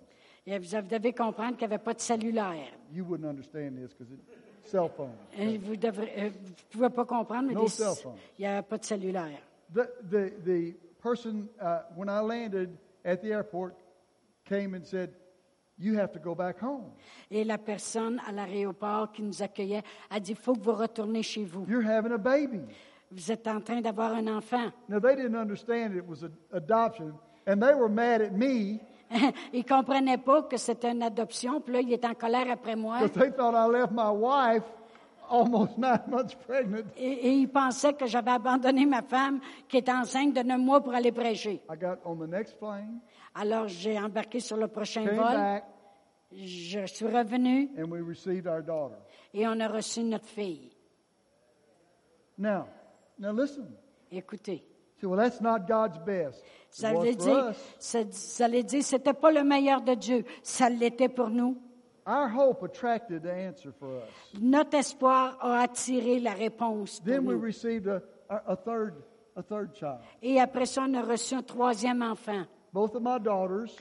et vous devez comprendre qu'il n'y avait pas de cellulaire. You wouldn't understand this because it cell phone. Euh, Vous ne pouvez pas comprendre, mais No des- cell phone. il n'y a pas de cellulaire. The, the, the person, uh, when I landed at the airport, came and said, You have to go back home. Et la personne à l'aéroport qui nous accueillait a dit, il faut que vous retournez chez vous. You're having a baby. Vous êtes en train d'avoir un enfant. Now, they didn't understand it was an adoption, and they were mad at me il ne comprenait pas que c'était une adoption. Puis là, il est en colère après moi. because they thought I left my wife almost nine months pregnant. Et, et il pensait que j'avais abandonné ma femme qui est enceinte de neuf mois pour aller prêcher. I got on the next plane, Alors, j'ai embarqué sur le prochain came vol. back, Je suis revenue and we received our daughter. et on a reçu notre fille. Now, now listen. Écoutez, So, well, that's not God's best. It ça was veut for dire, us. ça, ça veut dire, c'était pas le meilleur de Dieu. Ça l'était pour nous. Our hope attracted the answer for us. Notre espoir a attiré la réponse pour Then we nous. received a, a, a third a third child. Et après ça, on a reçu un troisième enfant. Both of my daughters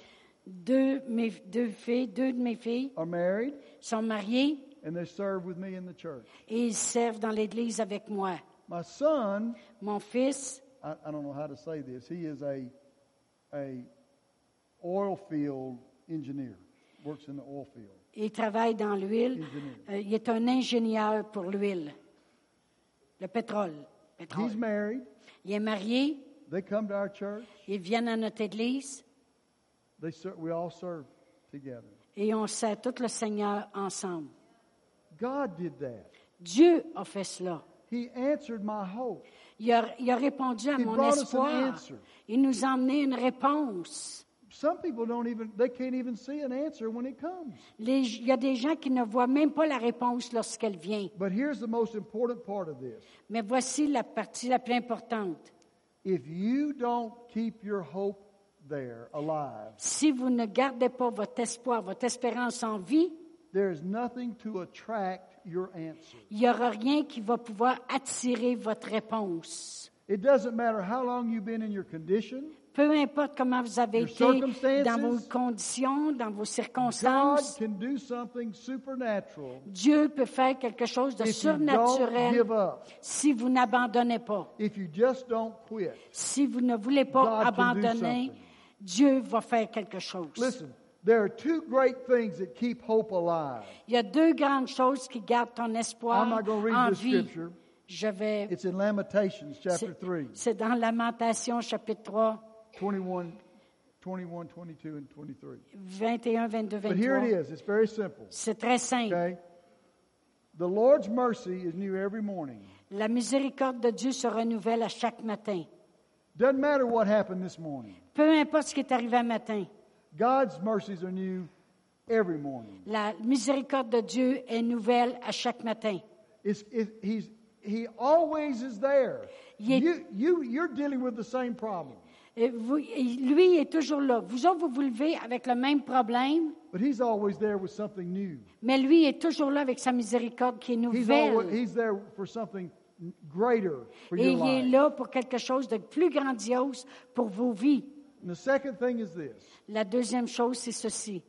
Deux, mes, deux filles, deux de mes filles are married sont mariées and they serve with me in the church. et ils servent dans l'église avec moi. My son, Mon fils, I, I don't know how to say this. He is a a oil field engineer. Works in the oil field. il travaille dans l'huile. Euh, il est un ingénieur pour l'huile, le pétrole. pétrole. He's married. Il est marié. They come to our church. Ils viennent à notre église They ser- we all serve together. et on sert tout le Seigneur ensemble. God did that. Dieu a fait cela. He answered my hope. Il a, il a répondu à He mon brought us an espoir. answer. Il nous a emmené une réponse. Some people don't even they can't even see an answer when it comes. Les- il y a des gens qui ne voient même pas la réponse lorsqu'elle vient. But here's the most important part of this. Mais voici la partie la plus importante. If you don't keep your hope there alive, Si vous ne gardez pas votre espoir, votre espérance en vie, there is nothing to attract your answer. il n'y aura rien qui va pouvoir attirer votre réponse. It doesn't matter how long you've been in your condition, Peu importe comment vous avez Your été dans vos circumstances, conditions, dans vos God circonstances, can do something supernatural Dieu peut faire quelque chose de if you don't surnaturel give up. si vous n'abandonnez pas. If you just don't quit. Si vous ne voulez pas God can do abandonner, something. Dieu va faire quelque chose. Listen, there are two great things that keep hope alive. Il y a deux grandes choses qui gardent ton espoir I'm not gonna read en this vie. scripture. Je vais. It's in Lamentations chapter c'est- 3, C'est dans Lamentation, chapitre 3, 21, 21, 22, and 23. 21, 22, But here 23. it is. It's very simple. C'est très simple. Okay? The Lord's mercy is new every morning. La miséricorde de Dieu se renouvelle à chaque matin. Doesn't matter what happened this morning. Peu importe ce qui est arrivé à matin, God's mercies are new every morning. la miséricorde de Dieu est nouvelle à chaque matin. It's, it, he's, he always is there. Ye- You, you, you're dealing with the same problem, Et vous- et lui est toujours là. Vous autres, vous vous levez avec le même problème, but He's always there with something new. mais lui est toujours là avec sa miséricorde qui est He's, nouvelle. always, he's there for something greater for Et your il est life. là pour quelque chose de plus grandiose pour vos vies. And the second thing is this La deuxième chose, c'est ceci.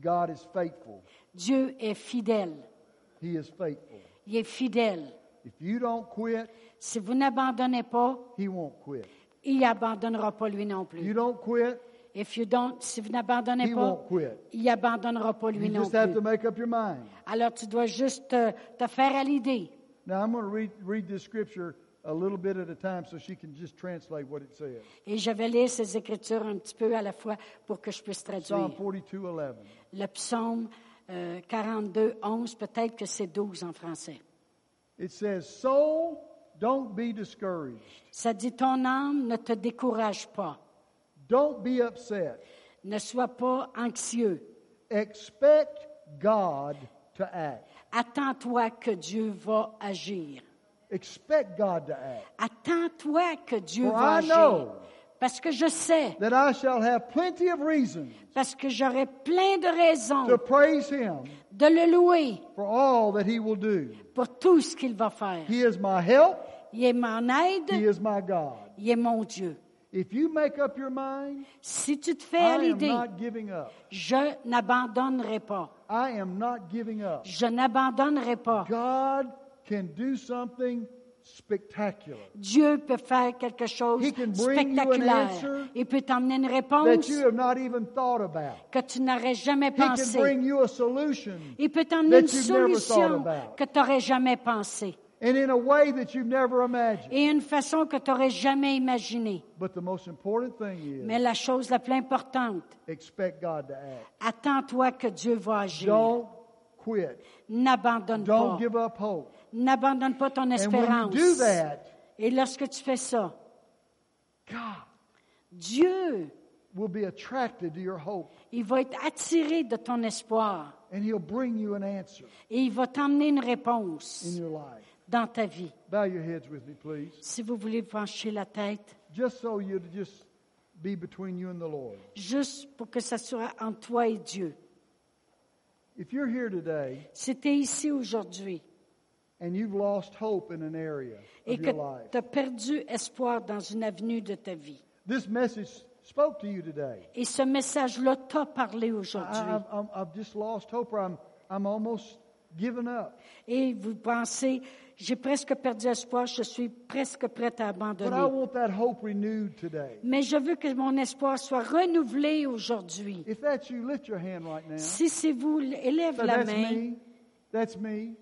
God is faithful. Dieu est fidèle. He is faithful. Il est fidèle. If you don't quit, Si vous n'abandonnez pas, He won't quit. il abandonnera pas lui non If you plus. don't quit, If you don't, si vous n'abandonnez He pas, won't quit. il abandonnera pas lui You non just have plus. to make up your mind. Alors tu dois juste te, te faire à l'idée. Now I'm going to read, read this scripture a little bit at a time so she can just translate what it says. Et je vais lire ces écritures un petit peu à la fois pour que je puisse traduire. Psalm 42:11. Le psaume euh, 42, 11, peut-être que c'est 12 en français. It says, "Soul, don't be discouraged. Ça dit, ton âme ne te décourage pas. Don't be upset. Ne sois pas anxieux. Expect God to act. Attends-toi que Dieu va agir. Expect God to act. Attends-toi que Dieu For va I know. agir. Parce que je sais, That I shall have plenty of reason parce que j'aurai plein de raisons to praise Him de le louer for all that He will do. pour tout ce qu'il va faire. He is my help. Il est mon He aide, is my God. il est mon Dieu. If you make up your mind, Si tu te fais I à am l'idée, not giving up. je n'abandonnerai pas. I am not giving up. Je n'abandonnerai pas. God can do something spectacular Dieu peut faire quelque chose He can de bring you an spectaculaire. answer Il peut t'emmener une that réponse you have not even thought about. que tu n'aurais jamais He can pensée. bring you a solution Il peut t'emmener une that you've never solution thought about. que tu n'aurais jamais pensée and in a way that you've never imagined. et une façon que tu n'aurais jamais imaginée. But the most important thing Mais is la chose la plus importante, expect God to act. attends-toi que Dieu va agir. Don't quit. N'abandonne pas. Don't give up hope. N'abandonne pas ton And when espérance. you do that, Et lorsque tu fais ça, God Dieu, will be attracted to your hope il va être attiré de ton espoir and He'll bring you an answer et il va t'emmener une in réponse your life. dans ta vie. Bow your heads with me, please. Si vous voulez pencher la tête, Just so you'd just be between you and the Lord. juste pour que ça soit en toi et Dieu. If you're here today C'était ici aujourd'hui and you've lost hope in an area et of que your life, tu as perdu espoir dans une avenue de ta vie. this message spoke to you today. Et ce message-là t'a parlé I, aujourd'hui. I've, I'm, I've just lost hope, or I'm, I'm almost given up. Et vous pensez, j'ai presque perdu espoir, je suis presque prête à But I abandonner. want that hope renewed today. Mais je veux que mon espoir soit renouvelé aujourd'hui. If that's you, lift your hand right now. Si c'est vous, élève Say, la that's main me. That's me.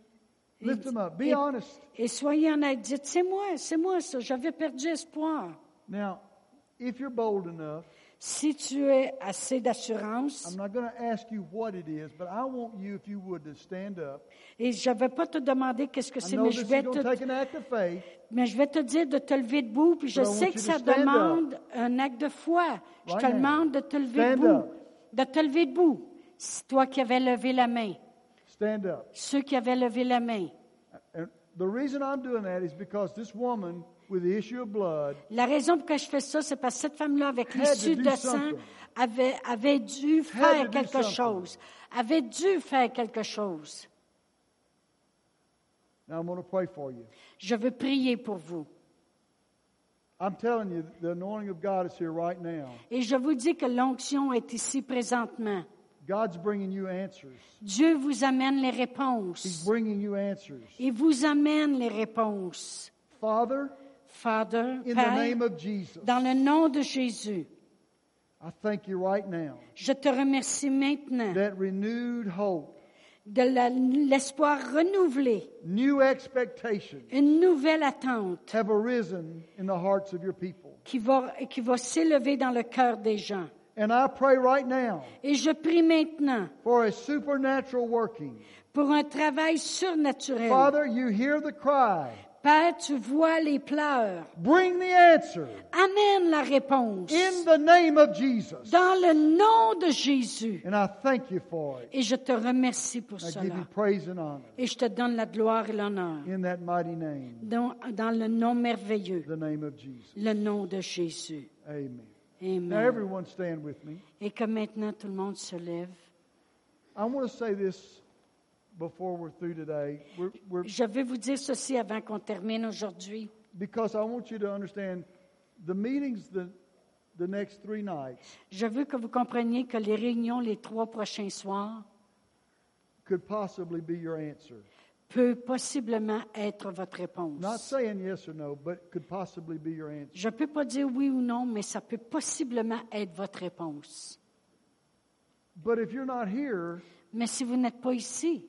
Lift them up. Be It- honest. et soyez honnête. Dites, c'est moi, c'est moi ça, j'avais perdu espoir. Now, if you're bold enough, Si tu es assez I'm d'assurance, not going to ask you what it is, but I want you, if you would, to stand up. et je ne vais pas te demander qu'est-ce que I c'est, know mais this je, is vais going to take te, an act of faith, mais je vais te dire de te lever debout, puis je But I want sais you que to ça stand up. demande un acte de foi. Je Right te now. demande de te lever Stand debout. up. De te lever debout. C'est toi qui avais levé la main. stand up. Ceux qui avaient levé la main. And the reason I'm doing that is because this woman with the issue of blood, La raison pour laquelle je fais ça, c'est parce que cette femme-là, avec Had to l'issue do de sang, something. avait, avait dû to faire do quelque something. chose. Avait dû faire quelque chose. now I'm going to pray for you. Je veux prier pour vous. I'm telling you, the anointing of God is here right now. Et je vous dis que l'onction est ici présentement. God's bringing you answers. Dieu vous amène les He's réponses. bringing you answers. Il vous amène les réponses. Father, Father, in the Père, name of Jesus, dans le nom de Jésus, I thank you right now je te remercie maintenant that renewed hope, de la- l'espoir renouvelé, new expectations une nouvelle attente have arisen in the hearts of your people. qui va, qui va s'élever dans le cœur des gens. And I pray right now Et je prie maintenant for a supernatural working. pour un travail surnaturel. Father, you hear the cry. Père, tu vois les pleurs. Bring the answer Amène la réponse in the name of Jesus. dans le nom de Jésus. And I thank you for it. Et je te remercie pour I give you cela. praise and honor Et je te donne la gloire et l'honneur in that mighty name, dans, dans le nom merveilleux, the name of Jesus. le nom de Jésus. Amen. Now, Amen. everyone stand with me. Et que maintenant tout le monde se lève. I want to say this before we're through today, we're, we're, Je vais vous dire ceci avant qu'on termine aujourd'hui. because I want you to understand the meetings the, the next three nights Je veux que vous compreniez que les réunions les trois prochains soirs could possibly be your answer. peut possiblement être votre réponse. Not saying yes or no, but could possibly be your answer. Je ne peux pas dire oui ou non, mais ça peut possiblement être votre réponse. But if you're not here, Mais si vous n'êtes pas ici,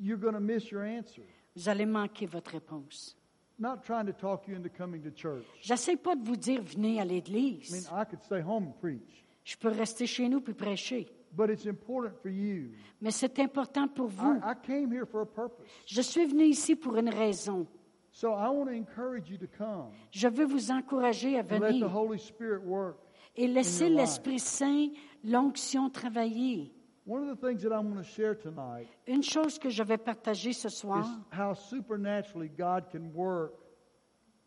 you're going to miss your answer. vous allez manquer votre réponse. Not trying to talk you into coming to church. J'essaie pas de vous dire venez à I mean, l'église. I could stay home and preach, Je peux rester chez nous puis prêcher. but it's important for you. Mais c'est important pour vous. I, I came here for a purpose. Je suis venu ici pour une raison. So I want to encourage you to come Je veux vous encourager à and let the venir Holy Spirit work. et laisser in your l'Esprit Saint, l'onction travailler. One of the things that I'm going to share tonight Une chose que je vais partager ce is soir, how supernaturally God can work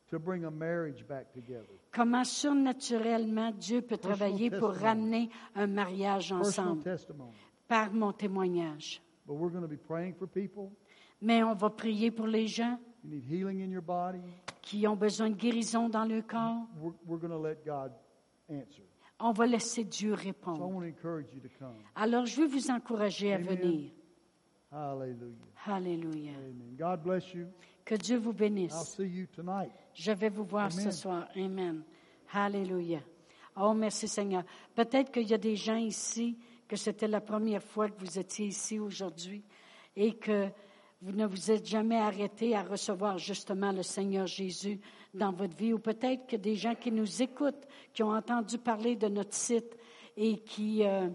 to bring a marriage back together. comment surnaturellement Dieu peut Personal travailler pour testimony. ramener un mariage Personal ensemble. testimony. par mon témoignage. But we're going to be praying for people. Mais on va prier pour les gens. You need healing in your body. qui ont besoin de guérison dans leur corps, We're, we're going to let God answer. on va laisser Dieu So I répondre. want to encourage you to come. Alors, je veux vous encourager à Amen. venir. Hallelujah. Alléluia. Amen. God bless you. Que Dieu vous I'll bénisse. see you tonight. Je vais vous voir ce Ah, Amen. soir. Amen. Alléluia. Oh, merci Seigneur. Peut-être qu'il y a des gens ici que c'était la première fois que vous étiez ici aujourd'hui et que vous ne vous êtes jamais arrêté à recevoir justement le Seigneur Jésus dans votre vie. Ou peut-être que des gens qui nous écoutent, qui ont entendu parler de notre site et qui, euh,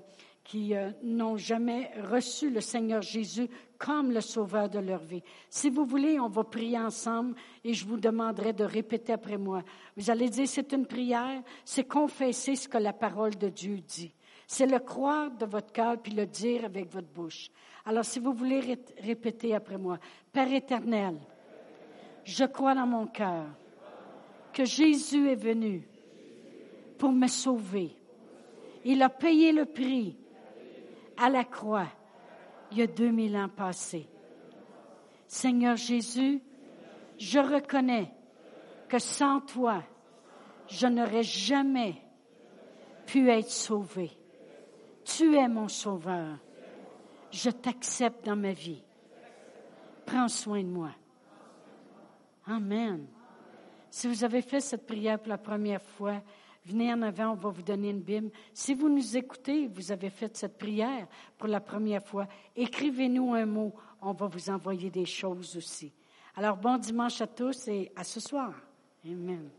qui euh, n'ont jamais reçu le Seigneur Jésus comme le sauveur de leur vie. Si vous voulez, on va prier ensemble et je vous demanderai de répéter après moi. Vous allez dire, c'est une prière, c'est confesser ce que la parole de Dieu dit. C'est le croire de votre cœur puis le dire avec votre bouche. Alors, si vous voulez ré- répéter après moi, Père éternel, je crois dans mon cœur que Jésus est venu pour me sauver. Il a payé le prix à la croix il y a 2000 ans passés. Seigneur Jésus, je reconnais que sans toi, je n'aurais jamais pu être sauvé. Tu es mon sauveur. Je t'accepte dans ma vie. Prends soin de moi. Amen. Si vous avez fait cette prière pour la première fois, venez en avant, on va vous donner une Bible. Si vous nous écoutez, et vous avez fait cette prière pour la première fois, écrivez-nous un mot, on va vous envoyer des choses aussi. Alors, bon dimanche à tous et à ce soir. Amen.